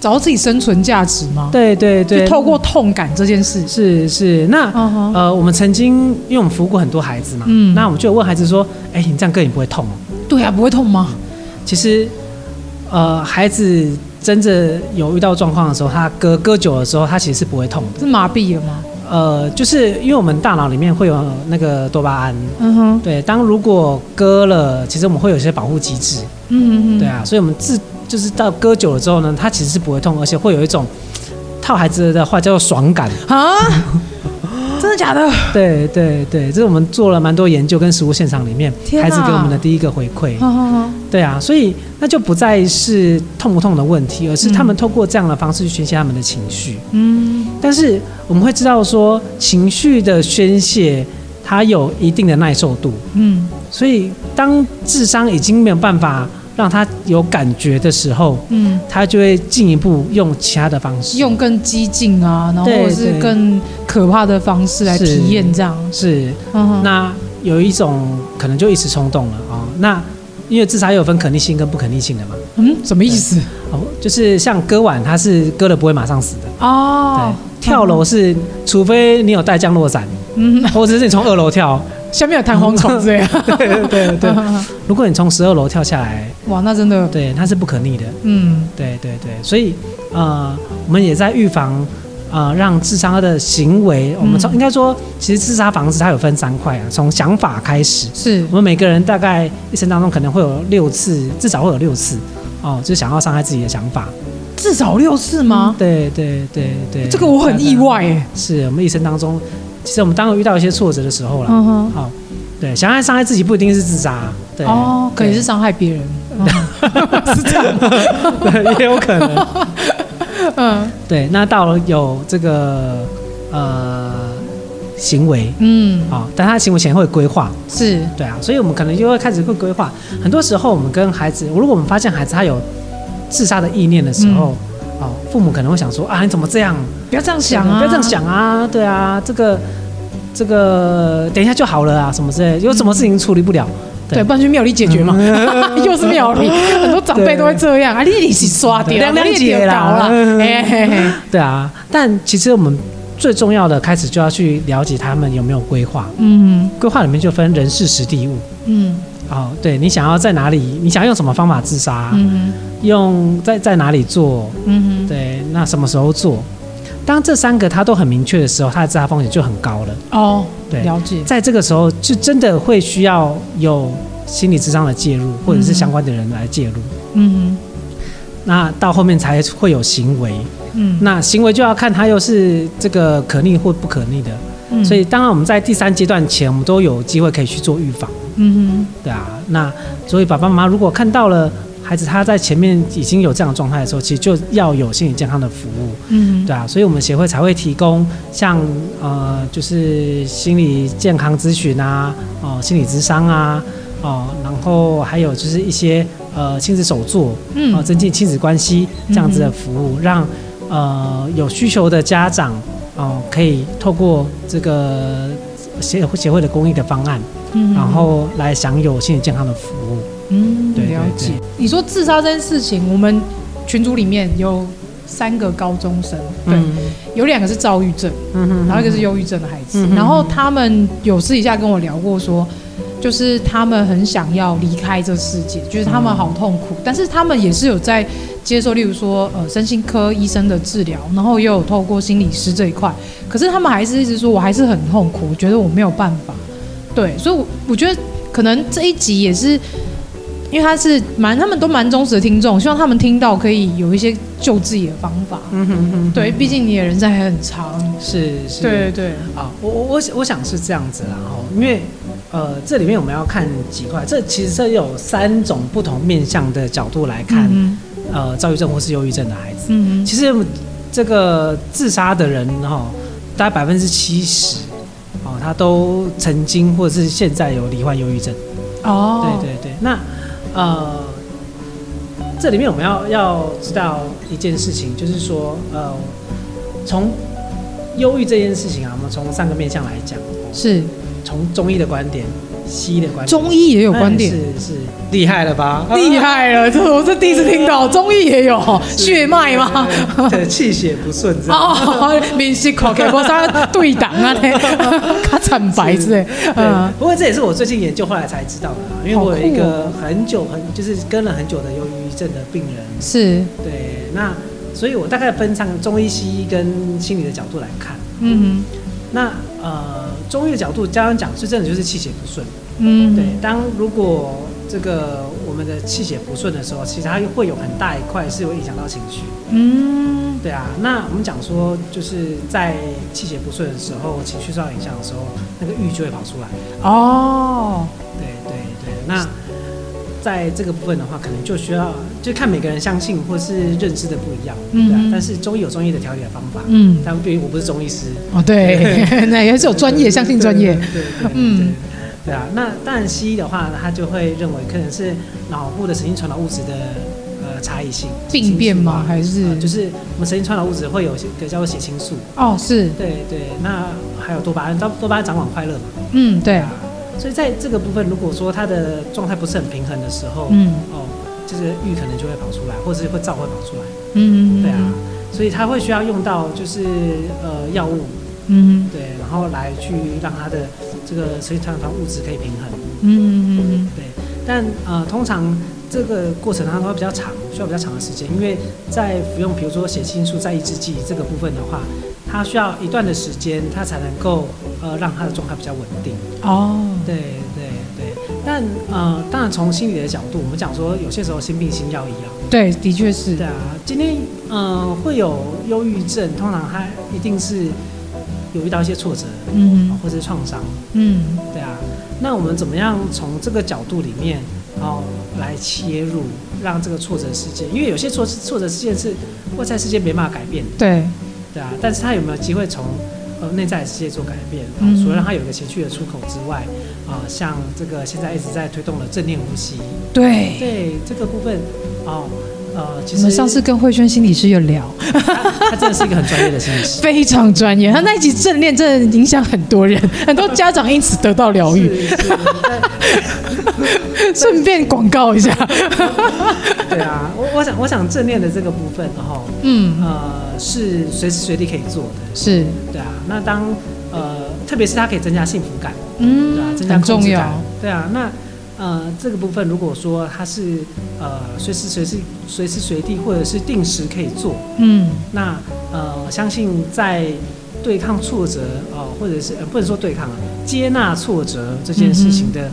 Speaker 2: 找到自己生存价值嘛，
Speaker 1: 对对
Speaker 2: 就
Speaker 1: 对，
Speaker 2: 透过痛感这件事。
Speaker 1: 是是，那、
Speaker 2: 嗯哼，
Speaker 1: 呃，我们曾经因为我们服务过很多孩子嘛，
Speaker 2: 嗯
Speaker 1: 那我们就有问孩子说，哎、你这样割你不会痛哦？
Speaker 2: 对啊，不会痛吗？
Speaker 1: 其实，呃，孩子真的有遇到状况的时候，他割割久的时候，他其实是不会痛的。
Speaker 2: 是麻痹了吗？
Speaker 1: 呃，就是因为我们大脑里面会有那个多巴胺，
Speaker 2: 嗯哼，
Speaker 1: 对，当如果割了，其实我们会有一些保护机制。
Speaker 2: 嗯嗯嗯，
Speaker 1: 对，啊，所以我们自就是到割久了之后呢，它其实是不会痛，而且会有一种套孩子的话叫做爽感。 [laughs]
Speaker 2: 啊，真的假的？
Speaker 1: 对对对，这是我们做了蛮多研究跟实物现场里面
Speaker 2: 天啊
Speaker 1: 孩子给我们
Speaker 2: 哪
Speaker 1: 的第一个回馈。
Speaker 2: 啊啊
Speaker 1: 对啊，所以那就不再是痛不痛的问题，而是他们透过这样的方式去宣泄他们的情绪。
Speaker 2: 嗯，
Speaker 1: 但是我们会知道说，情绪的宣泄它有一定的耐受度，
Speaker 2: 嗯
Speaker 1: 所以当智商已经没有办法让他有感觉的时候，
Speaker 2: 嗯，
Speaker 1: 他就会进一步用其他的方式，
Speaker 2: 用更激进啊，然后
Speaker 1: 对
Speaker 2: 或者是
Speaker 1: 对
Speaker 2: 更可怕的方式来
Speaker 1: 是
Speaker 2: 体验这样。
Speaker 1: 是
Speaker 2: 嗯哼，
Speaker 1: 那有一种可能就一时冲动了哦。那因为自杀也有分可逆性跟不可逆性的嘛，
Speaker 2: 嗯，什么意思？
Speaker 1: 哦，就是像割腕，它是割了不会马上死的。
Speaker 2: 哦
Speaker 1: 对，，跳楼是，除非你有带降落伞，
Speaker 2: 嗯，
Speaker 1: 或者是你从二楼
Speaker 2: [laughs]
Speaker 1: 跳。
Speaker 2: 下面有弹簧床之类的。
Speaker 1: [laughs] 对对对，如果你从十二楼跳下来，
Speaker 2: [laughs] 哇，那真的，
Speaker 1: 对，它是不可逆的。
Speaker 2: 嗯
Speaker 1: 对对对，所以呃，我们也在预防呃让自杀的行为，我们从应该说，其实自杀防治它有分三块啊，从想法开始，
Speaker 2: 是
Speaker 1: 我们每个人大概一生当中可能会有六次，至少会有六次哦，就是想要伤害自己的想法。
Speaker 2: 至少六次吗？
Speaker 1: 对对对对，
Speaker 2: 嗯这个我很意外哎。
Speaker 1: 是我们一生当中，其实我们当我遇到一些挫折的时候啦，
Speaker 2: 嗯哼，
Speaker 1: 好、对，想要伤害自己不一定是自杀、对，
Speaker 2: 哦，可能是
Speaker 1: 对
Speaker 2: 伤害别
Speaker 1: [laughs]
Speaker 2: 人。嗯 [laughs]
Speaker 1: 是这样吗， [laughs] 对也有可能。
Speaker 2: 嗯
Speaker 1: 对，那到了有这个呃行为
Speaker 2: 嗯，
Speaker 1: 啊、哦，但他行为前会有规划，
Speaker 2: 是
Speaker 1: 对啊，所以我们可能就会开始会规划。很多时候，我们跟孩子，如果我们发现孩子他有自杀的意念的时候，哦，父母可能会想说啊，你怎么这样？
Speaker 2: 不要这样想
Speaker 1: 你
Speaker 2: 啊，
Speaker 1: 不要这样。想啊，对啊，这个这个等一下就好了啊，什么之类的，有什么事情处理不了，
Speaker 2: 对，不然去庙里解决嘛，
Speaker 1: 嗯
Speaker 2: [laughs] 又是庙
Speaker 1: [laughs]
Speaker 2: 里，很多长辈都会这样啊，你你是刷掉，
Speaker 1: 两两姐啦嗯
Speaker 2: 啦，哎嘿嘿，
Speaker 1: 对啊。但其实我们最重要的开始就要去了解他们有没有规划，
Speaker 2: 嗯
Speaker 1: 规划里面就分人事实地物。
Speaker 2: 嗯
Speaker 1: 哦，对你想要在哪里？你想要用什么方法自杀？
Speaker 2: 嗯
Speaker 1: 用在在哪里做？
Speaker 2: 嗯，
Speaker 1: 对，那什么时候做？当这三个他都很明确的时候，他的自杀风险就很高了。
Speaker 2: 哦，
Speaker 1: 对
Speaker 2: 了解，
Speaker 1: 在这个时候，就真的会需要有心理智商的介入，或者是相关的人来介入。
Speaker 2: 嗯
Speaker 1: 那到后面才会有行为，
Speaker 2: 嗯
Speaker 1: 那行为就要看他又是这个可逆或不可逆的。
Speaker 2: 嗯
Speaker 1: 所以，当然我们在第三阶段前，我们都有机会可以去做预防。
Speaker 2: 嗯
Speaker 1: 对啊，那所以爸爸妈妈如果看到了孩子他在前面已经有这样的状态的时候，其实就要有心理健康的服务，
Speaker 2: 嗯
Speaker 1: 对啊，所以我们协会才会提供像呃就是心理健康咨询啊，哦、心理咨商啊，哦、然后还有就是一些呃亲子手作，哦、
Speaker 2: 嗯
Speaker 1: 增进亲子关系这样子的服务，让呃有需求的家长哦、可以透过这个协协会的公益的方案。
Speaker 2: 嗯
Speaker 1: 然后来享有心理健康的服务。
Speaker 2: 嗯，
Speaker 1: 对对
Speaker 2: 了解
Speaker 1: 对。
Speaker 2: 你说自杀这件事情，我们群组里面有三个高中生，对，
Speaker 1: 嗯
Speaker 2: 有两个是躁郁症，
Speaker 1: 嗯哼
Speaker 2: 然后一个是忧郁症的孩子
Speaker 1: 嗯，哼
Speaker 2: 然后他们有私底下跟我聊过说。就是他们很想要离开这世界，就是他们好痛
Speaker 1: 嗯
Speaker 2: 苦，但是他们也是有在接受，例如说呃身心科医生的治疗，然后也有透过心理师这一块，可是他们还是一直说我还是很痛苦，我觉得我没有办法，
Speaker 1: 嗯
Speaker 2: 对，所以我，我觉得可能这一集也是，因为他是蛮他们都蛮忠实的听众，希望他们听到可以有一些救自己的方法，
Speaker 1: 嗯哼哼，
Speaker 2: 对，毕竟你的人生还很长。
Speaker 1: 是是，
Speaker 2: 对对
Speaker 1: 啊，我我我我想是这样子啦，哦，因为呃，这里面我们要看几块，这其实这有三种不同面向的角度来看，
Speaker 2: 嗯
Speaker 1: 呃，躁郁症或是忧郁症的孩子，
Speaker 2: 嗯
Speaker 1: 其实这个自杀的人哈、哦，大概百分之七十。哦，他都曾经或者是现在有罹患忧郁症，
Speaker 2: 哦，
Speaker 1: 对对对，那呃，这里面我们要要知道一件事情，就是说呃，从忧郁这件事情啊，我们从三个面向来讲，哦
Speaker 2: 是
Speaker 1: 从中医的观点、西医的观点，
Speaker 2: 中医也有观点，
Speaker 1: 哎是是厉害了吧？
Speaker 2: 厉害了，这我是第一次听到， [laughs] 中医也有血脉吗？
Speaker 1: 对，气血不顺这样。
Speaker 2: [laughs] 哦，面试考给我啥对档 [laughs] 啊嘞，卡惨白之类，
Speaker 1: [laughs] 对
Speaker 2: 嗯，
Speaker 1: 不过这也是我最近研究后来才知道的啊，因为
Speaker 2: 好酷
Speaker 1: 我有一个
Speaker 2: 哦
Speaker 1: 很久很就是跟了很久的忧郁症的病人，
Speaker 2: 是，
Speaker 1: 对，那所以我大概分上中医、西医跟心理的角度来看。
Speaker 2: 嗯
Speaker 1: 那呃，中医的角度，刚刚讲是真的就是气血不顺。
Speaker 2: 嗯，
Speaker 1: 对，当如果这个我们的气血不顺的时候，其实它会有很大一块是会影响到情绪。
Speaker 2: 嗯
Speaker 1: 对啊，那我们讲说就是在气血不顺的时候，情绪受到影响的时候，那个郁就会跑出来。
Speaker 2: 哦，
Speaker 1: 对对对，那在这个部分的话，可能就需要就看每个人相信或是认知的不一样，对啊
Speaker 2: 嗯。
Speaker 1: 但是中医有中医的调理的方法，
Speaker 2: 嗯，
Speaker 1: 但对于我不是中医师，
Speaker 2: 哦 [laughs] 对，那也是有专业，相信专业，
Speaker 1: 对，嗯
Speaker 2: 嗯，
Speaker 1: 对啊。那当然西医的话，他就会认为可能是脑部的神经传导物质的呃差异性
Speaker 2: 病变吗
Speaker 1: 血清素啊
Speaker 2: 还是
Speaker 1: 呃就是我们神经传导物质会有一个叫做血清素，
Speaker 2: 哦是，
Speaker 1: 对对。那还有多巴胺，多多巴胺掌管快乐嘛，
Speaker 2: 嗯对，
Speaker 1: 啊。所以在这个部分，如果说他的状态不是很平衡的时候，
Speaker 2: 嗯
Speaker 1: 哦，就是郁可能就会跑出来，或者是会燥会跑出来，
Speaker 2: 嗯，
Speaker 1: 对啊。所以他会需要用到就是呃药物，
Speaker 2: 嗯
Speaker 1: 对，然后来去让它的这个神经传导物质可以平衡。
Speaker 2: 嗯嗯
Speaker 1: 对，但呃，通常这个过程它都会比较长，需要比较长的时间，因为在服用比如说血清素在抑制剂这个部分的话，他需要一段的时间，他才能够呃让他的状态比较稳定。
Speaker 2: 哦，
Speaker 1: 对对对，但呃，当然从心理的角度，我们讲说有些时候心病心药一样。
Speaker 2: 对，的确是
Speaker 1: 对啊，今天嗯、呃会有忧郁症，通常他一定是有遇到一些挫折，
Speaker 2: 嗯
Speaker 1: 或者是创伤，
Speaker 2: 嗯
Speaker 1: 对啊。那我们怎么样从这个角度里面，哦来切入，让这个挫折事件，因为有些挫挫折事件是外在世界没办法改变的，
Speaker 2: 对，
Speaker 1: 对啊。但是他有没有机会从呃内在的世界做改变？哦
Speaker 2: 嗯
Speaker 1: 除了让他有一个情绪的出口之外，啊、像这个现在一直在推动的正念呼吸，
Speaker 2: 对，
Speaker 1: 对这个部分，哦呃，其
Speaker 2: 我
Speaker 1: 实
Speaker 2: 们上次跟慧轩心理师有聊，
Speaker 1: 他真的是一个很专业的心理
Speaker 2: [laughs]
Speaker 1: 师。
Speaker 2: 非常专业，他那一集正念真的影响很多人，很多家长因此得到疗愈。
Speaker 1: 是是
Speaker 2: 顺便广告一下，
Speaker 1: 对啊，我我想我想正念的这个部分，然后
Speaker 2: [laughs] 嗯，
Speaker 1: 呃是随时随地可以做的，
Speaker 2: 是，
Speaker 1: 对啊。那当呃特别是它可以增加幸福感，对啊，
Speaker 2: 嗯，
Speaker 1: 增加
Speaker 2: 很
Speaker 1: 控
Speaker 2: 重
Speaker 1: 制
Speaker 2: 要
Speaker 1: 感，，对啊。那呃这个部分如果说它是呃随时随地随时随地或者是定时可以做，
Speaker 2: 嗯，
Speaker 1: 那呃我相信在对抗挫折呃或者是、呃、不能说对抗啊，接纳挫折这件事
Speaker 2: 嗯
Speaker 1: 情的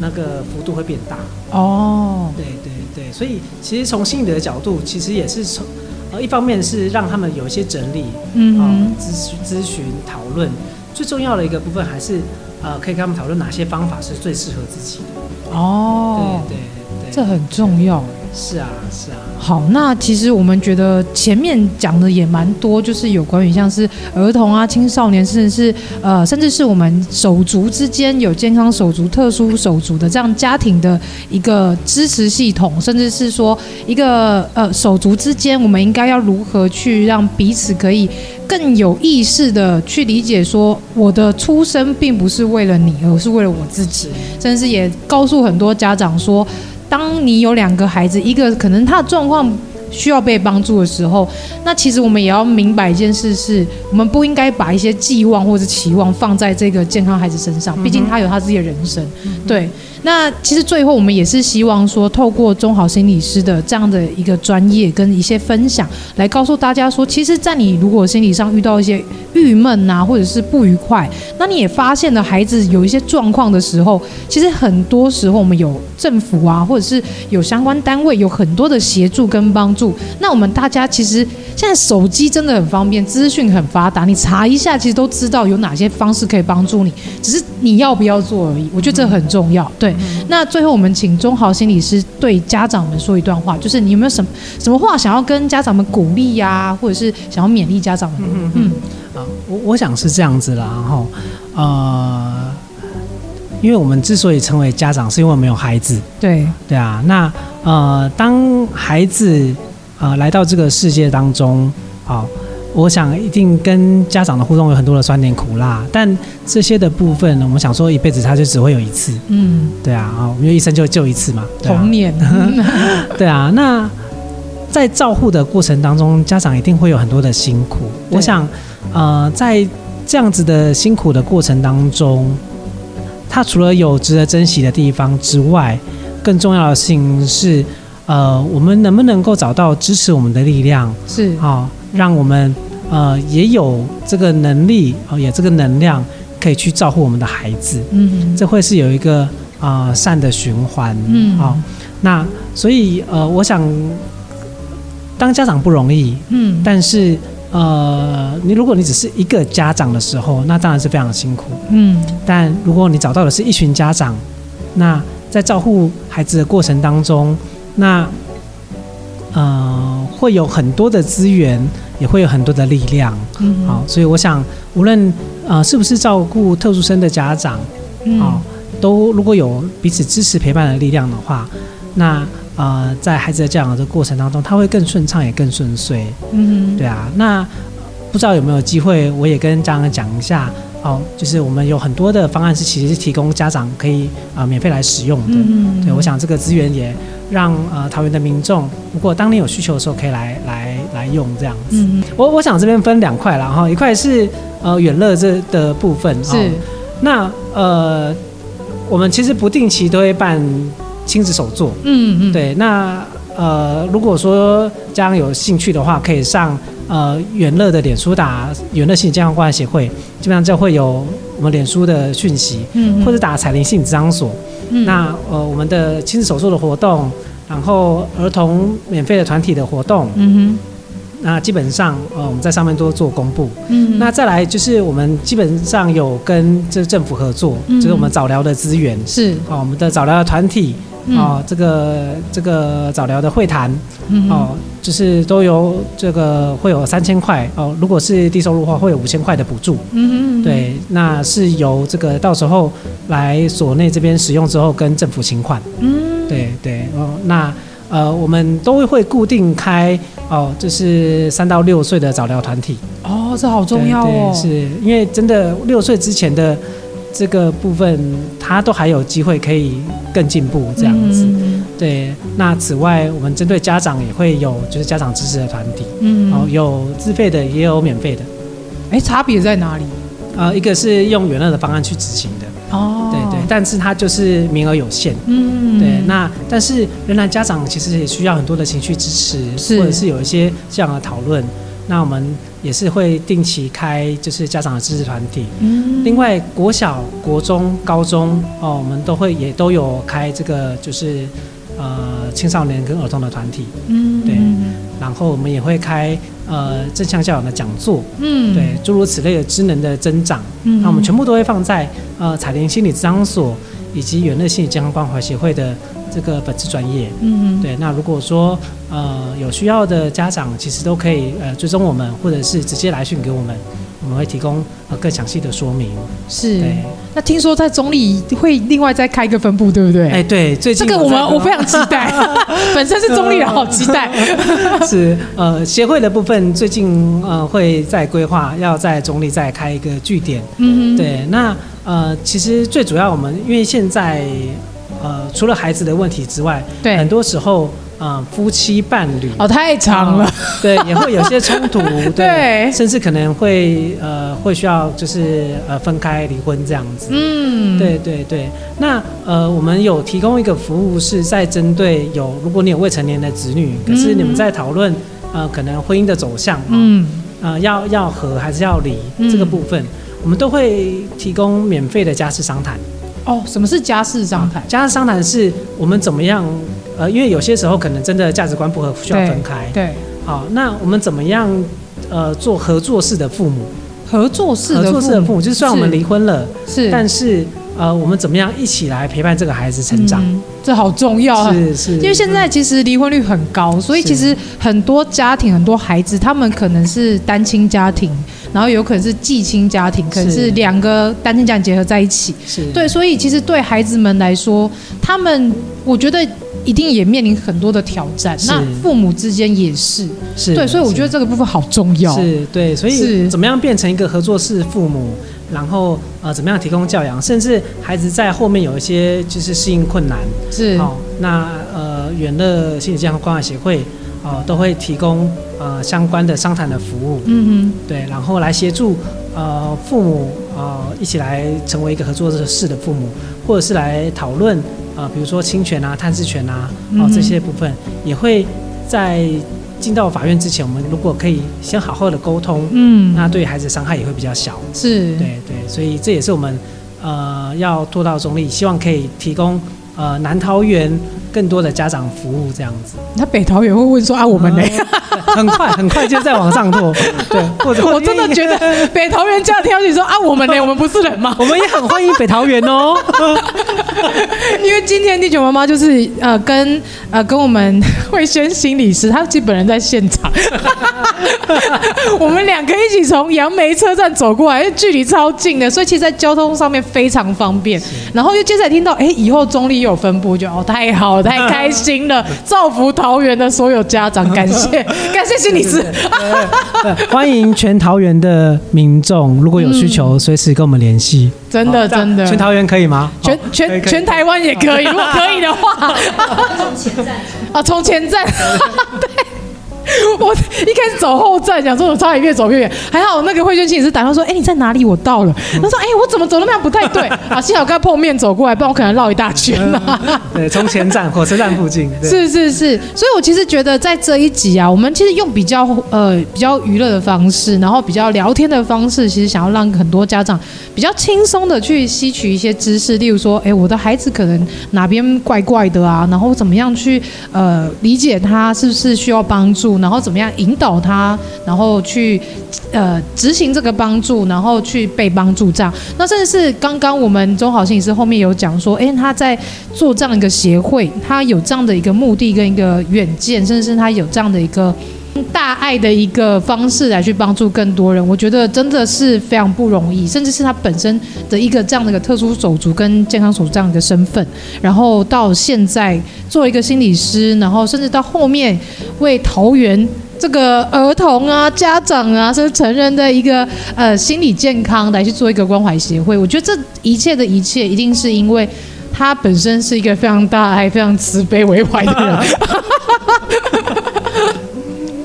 Speaker 1: 那个幅度会变大。
Speaker 2: 哦，
Speaker 1: 对对对，所以其实从心理的角度，其实也是从呃一方面是让他们有一些整理
Speaker 2: 嗯
Speaker 1: 啊、
Speaker 2: 哼，
Speaker 1: 咨询咨询讨论，最重要的一个部分还是呃可以跟他们讨论哪些方法是最适合自己的。
Speaker 2: 哦，
Speaker 1: 对对
Speaker 2: 这
Speaker 1: 对，
Speaker 2: 很重要。
Speaker 1: 是啊是啊，
Speaker 2: 好，那其实我们觉得前面讲的也蛮多，就是有关于像是儿童啊、青少年，甚至是呃，甚至是我们手足之间有健康手足、特殊手足的这样家庭的一个支持系统，甚至是说一个呃手足之间，我们应该要如何去让彼此可以更有意识的去理解说，我的出生并不是为了你，而是为了我自己，甚至也告诉很多家长说，当你有两个孩子，一个可能他的状况需要被帮助的时候，那其实我们也要明白一件事是，我们不应该把一些寄望或者期望放在这个健康孩子身上，毕竟他有他自己的人生。对，那其实最后我们也是希望说，透过中好心理师的这样的一个专业跟一些分享，来告诉大家说，其实，在你如果心理上遇到一些郁闷啊，或者是不愉快，那你也发现了孩子有一些状况的时候，其实很多时候我们有政府啊，或者是有相关单位有很多的协助跟帮助。那我们大家其实现在手机真的很方便，资讯很发达，你查一下其实都知道有哪些方式可以帮助你，只是你要不要做而已。我觉得这很重
Speaker 1: 嗯
Speaker 2: 要。对，那最后我们请中豪心理师对家长们说一段话，就是你有没有什么什么话想要跟家长们鼓励呀、或者是想要勉励家长们？
Speaker 1: 嗯
Speaker 2: 嗯
Speaker 1: 嗯啊，我我想是这样子啦，然后呃，因为我们之所以成为家长，是因为我们有孩子，
Speaker 2: 对，
Speaker 1: 对啊，那呃，当孩子呃来到这个世界当中，好、我想一定跟家长的互动有很多的酸甜苦辣，但这些的部分，我们想说一辈子他就只会有一次，
Speaker 2: 嗯，
Speaker 1: 对啊，啊、我们就一生就就一次嘛，对啊 [laughs]
Speaker 2: 童，年，
Speaker 1: 对啊，那在照护的过程当中，家长一定会有很多的辛苦，
Speaker 2: 对
Speaker 1: 我想呃，在这样子的辛苦的过程当中，他除了有值得珍惜的地方之外，更重要的事情是，呃，我们能不能够找到支持我们的力量，
Speaker 2: 是
Speaker 1: 啊、让我们呃也有这个能力，哦、也有这个能量可以去照顾我们的孩子，
Speaker 2: 嗯，
Speaker 1: 这会是有一个啊、呃善的循环，
Speaker 2: 嗯
Speaker 1: 好、那所以呃，我想当家长不容易，
Speaker 2: 嗯，
Speaker 1: 但是呃，你如果你只是一个家长的时候，那当然是非常辛苦。
Speaker 2: 嗯
Speaker 1: 但如果你找到的是一群家长，那在照顾孩子的过程当中，那呃会有很多的资源，也会有很多的力量。
Speaker 2: 嗯，
Speaker 1: 好、所以我想，无论呃是不是照顾特殊生的家长，
Speaker 2: 嗯，
Speaker 1: 好、都如果有彼此支持陪伴的力量的话，那呃在孩子的教养的过程当中，他会更顺畅，也更顺遂。
Speaker 2: 嗯，
Speaker 1: 对啊，那呃不知道有没有机会，我也跟家长讲一下哦，就是我们有很多的方案是其实是提供家长可以啊、呃免费来使用的。
Speaker 2: 嗯，
Speaker 1: 对，我想这个资源也让呃桃园的民众，如果当你有需求的时候，可以来来来用这样子。
Speaker 2: 嗯，
Speaker 1: 我我想这边分两块啦，哈，一块是呃远乐这的部分，哦
Speaker 2: 是，
Speaker 1: 那呃我们其实不定期都会办亲子手作，
Speaker 2: 嗯嗯，，
Speaker 1: 对，那呃，如果说家长有兴趣的话，可以上呃远乐的脸书打远乐心理健康关怀协会，基本上就会有我们脸书的讯息，
Speaker 2: 嗯
Speaker 1: 或者打彩铃性张所。
Speaker 2: 嗯
Speaker 1: 那呃我们的亲子手术的活动，然后儿童免费的团体的活动，
Speaker 2: 嗯
Speaker 1: 那基本上呃我们在上面都做公布。
Speaker 2: 哼嗯
Speaker 1: 那再来就是我们基本上有跟这政府合作，
Speaker 2: 嗯
Speaker 1: 就是我们早疗的资源，
Speaker 2: 是
Speaker 1: 哦，我们的早疗的团体，哦，这个这个早疗的会谈，
Speaker 2: 嗯哼
Speaker 1: 哦，就是都有这个会有三千块哦，如果是低收入的话，会有五千块的补助。
Speaker 2: 嗯哼
Speaker 1: 对，那是由这个到时候来所内这边使用之后跟政府请款。
Speaker 2: 嗯
Speaker 1: 对对哦，那呃，我们都会固定开哦，就是三到六岁的早疗团体。
Speaker 2: 哦这好重要哦
Speaker 1: 对对是因为真的六岁之前的这个部分，他都还有机会可以更进步这样子。
Speaker 2: 嗯
Speaker 1: 对，那此外，我们针对家长也会有就是家长支持的团体，
Speaker 2: 嗯
Speaker 1: 哦，
Speaker 2: 嗯
Speaker 1: 有自费的，也有免费的。
Speaker 2: 哎差别在哪里
Speaker 1: 呃，一个是用原乐的方案去执行的，
Speaker 2: 哦
Speaker 1: 对对，但是它就是名额有限。
Speaker 2: 嗯
Speaker 1: 对，那但是仍然家长其实也需要很多的情绪支持，
Speaker 2: 是
Speaker 1: 或者是有一些这样的讨论。那我们也是会定期开就是家长的支持团体，
Speaker 2: 嗯
Speaker 1: 另外国小、国中、高中哦，我们都会也都有开这个就是呃青少年跟儿童的团体，
Speaker 2: 嗯
Speaker 1: 对
Speaker 2: 嗯
Speaker 1: 然后我们也会开呃正向教养的讲座，
Speaker 2: 嗯
Speaker 1: 对诸如此类的职能的增长，
Speaker 2: 嗯
Speaker 1: 那我们全部都会放在呃彩铃心理治疗所以及远乐心理健康关怀协会的这个本次专业。
Speaker 2: 嗯
Speaker 1: 对，那如果说呃有需要的家长，其实都可以呃追踪我们，或者是直接来讯给我们，我们会提供呃更详细的说明。
Speaker 2: 是
Speaker 1: 对，
Speaker 2: 那听说在中立会另外再开一个分部对不对
Speaker 1: 哎、对，最
Speaker 2: 这
Speaker 1: 近
Speaker 2: 个我们
Speaker 1: 在
Speaker 2: 我非常期待，本身是中立人，好期待。
Speaker 1: [laughs] 是呃协会的部分，最近呃会在规划要在中立再开一个据点。
Speaker 2: 嗯，
Speaker 1: 对，那呃其实最主要我们因为现在呃除了孩子的问题之外，很
Speaker 2: 对，
Speaker 1: 多时候呃夫妻伴侣
Speaker 2: 哦，太长了，
Speaker 1: [laughs] 对，也会有些冲
Speaker 2: [laughs]
Speaker 1: 突，对，
Speaker 2: 对
Speaker 1: 甚至可能会呃会需要就是呃分开离婚这样子。
Speaker 2: 嗯，
Speaker 1: 对对对，那呃，我们有提供一个服务，是在针对有如果你有未成年的子女，可是你们在讨论呃可能婚姻的走向，嗯，
Speaker 2: 嗯，
Speaker 1: 呃要要和还是要离
Speaker 2: 嗯
Speaker 1: 这个部分，我们都会提供免费的家事商谈。啊
Speaker 2: 哦，什么是家事商谈？
Speaker 1: 家事商谈是我们怎么样，呃，因为有些时候可能真的价值观不合，需要
Speaker 2: 对
Speaker 1: 分开。
Speaker 2: 对，
Speaker 1: 好，那我们怎么样？呃，做合作式的父母，
Speaker 2: 合作式
Speaker 1: 合
Speaker 2: 的
Speaker 1: 作式的父
Speaker 2: 母
Speaker 1: 母，就是虽然我们离婚了，
Speaker 2: 是，
Speaker 1: 但是呃，我们怎么样一起来陪伴这个孩子成长？
Speaker 2: 嗯这好重要啊。
Speaker 1: 是是，
Speaker 2: 因为现在其实离婚率很高，所以
Speaker 1: 是
Speaker 2: 其实很多家庭、很多孩子，他们可能是单亲家庭，然后有可能是继亲家庭，可能
Speaker 1: 是
Speaker 2: 是两个单亲家庭结合在一起。
Speaker 1: 是
Speaker 2: 对，所以其实对孩子们来说，他们我觉得一定也面临很多的挑战。
Speaker 1: 是
Speaker 2: 那父母之间也是，
Speaker 1: 是，
Speaker 2: 对，所以我觉得这个部分好重要。
Speaker 1: 是对，所以
Speaker 2: 是
Speaker 1: 怎么样变成一个合作式父母？然后呃，怎么样提供教养？甚至孩子在后面有一些就是适应困难，
Speaker 2: 是，
Speaker 1: 哦，那呃，远乐心理健康关怀协会哦、都会提供呃相关的商谈的服务，
Speaker 2: 嗯
Speaker 1: 对，然后来协助呃父母呃一起来成为一个合作式的父母，或者是来讨论呃比如说侵权啊、探视权啊，哦、
Speaker 2: 嗯哼
Speaker 1: 这些部分也会在进到法院之前，我们如果可以先好好的沟通，
Speaker 2: 哼，嗯，
Speaker 1: 那对孩子伤害也会比较小。
Speaker 2: 是，
Speaker 1: 对对，所以这也是我们呃要做到中立，希望可以提供呃南桃园更多的家长服务这样子。
Speaker 2: 那北桃也会问说啊，我们呢？
Speaker 1: 呃很快很快就在往上做，对，或者
Speaker 2: [laughs] 我真的觉得北桃园家庭你说啊，我
Speaker 1: [laughs]
Speaker 2: 们呢？我们不是人吗？
Speaker 1: 我们也很欢迎北桃园哦。
Speaker 2: [laughs] 因为今天地球妈妈就是呃跟呃跟我们慧轩心理师，她其实本人在现
Speaker 1: [laughs]
Speaker 2: 场，我们两个一起从杨梅车站走过来，距离超近的，所以其实在交通上面非常方便。然后又接着听到，哎，以后中立又有分部，就哦太好，太开心
Speaker 1: [laughs]
Speaker 2: 了，造福桃园的所有家长，感谢感谢心理师。
Speaker 1: 呃欢迎全桃园的民众，如果有需求，随时跟我们联系。
Speaker 2: [laughs] 真的
Speaker 1: 这样
Speaker 2: 真的
Speaker 1: 全桃园可以吗？
Speaker 2: 全
Speaker 1: 好可以
Speaker 2: 全
Speaker 1: 可以
Speaker 2: 全台湾也可
Speaker 1: [laughs]
Speaker 2: 以，如果 [laughs] 可以的话，啊，从前站，对。我我一开始走后站，想说我差点越走越远，还好那个慧娟心理师打电话说，哎、你在哪里？我到了。他说，哎、我怎么走那样不太对啊？幸好跟他碰面走过来，不然我可能绕一大圈啊了、
Speaker 1: 对，从前站火车站附近，对
Speaker 2: 是是是，所以我其实觉得在这一集啊，我们其实用比较呃比较娱乐的方式，然后比较聊天的方式，其实想要让很多家长比较轻松的去吸取一些知识，例如说，哎，我的孩子可能哪边怪怪的啊，然后怎么样去呃理解他是不是需要帮助，然后怎么样引导他，然后去呃执行这个帮助，然后去被帮助这样。那甚至是刚刚我们中好心理师后面有讲说，哎，他在做这样一个协会，他有这样的一个目的跟一个远见，甚至是他有这样的一个呃大爱的一个方式来去帮助更多人，我觉得真的是非常不容易，甚至是他本身的一个这样的一个特殊手足跟健康手足这样的一个身份，然后到现在做一个心理师，然后甚至到后面为桃园。这个儿童啊、家长啊，甚至成人的一个呃心理健康来去做一个关怀协会，我觉得这一切的一切，一定是因为他本身是一个非常大爱、非常慈悲为怀的人。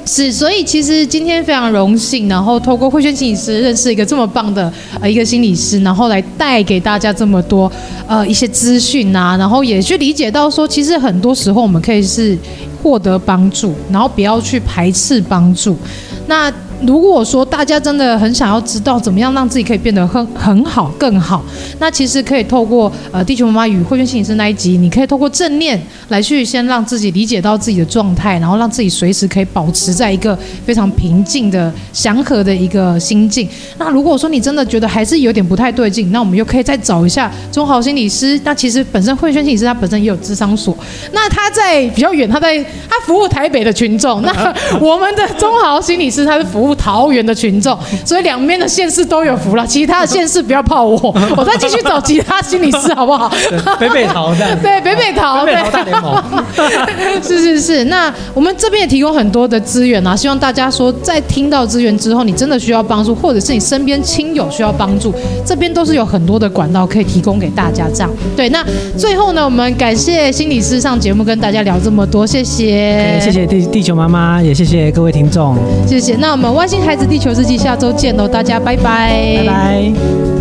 Speaker 2: 是，所以其实今天非常荣幸，然后透过慧轩心理师认识一个这么棒的呃一个心理师，然后来带给大家这么多呃一些资讯啊，然后也去理解到说，其实很多时候我们可以是获得帮助，然后不要去排斥帮助。那如果说大家真的很想要知道怎么样让自己可以变得很很好、更好，那其实可以透过呃《地球妈妈与慧娟心理师》那一集，你可以透过正念来去先让自己理解到自己的状态，然后让自己随时可以保持在一个非常平静的、祥和的一个心境。那如果说你真的觉得还是有点不太对劲，那我们又可以再找一下中豪心理师。那其实本身慧娟心理师他本身也有智商所，那他在比较远，他在他服务台北的群
Speaker 1: [laughs]
Speaker 2: 众，那我们的中豪心理师他是服务桃园的群众，所以两边的县市都有服了。其他的县市不要泡
Speaker 1: [laughs]
Speaker 2: 我，我再继续找其他心理师好不好？
Speaker 1: 对北北桃这样子，
Speaker 2: [laughs] 对，北北桃，
Speaker 1: 北
Speaker 2: 对
Speaker 1: 北。桃大联盟，
Speaker 2: [laughs] 是是是，那我们这边也提供很多的资源啊，希望大家说在听到资源之后，你真的需要帮助，或者是你身边亲友需要帮助，这边都是有很多的管道可以提供给大家。这样，对，那最后呢，我们感谢心理师上节目跟大家聊这么多，谢谢，
Speaker 1: 对谢，谢地地球妈妈，也谢谢各位听众，
Speaker 2: 哦谢谢。那我们外星孩子地球日记下周见喽，大家拜拜
Speaker 1: 拜拜。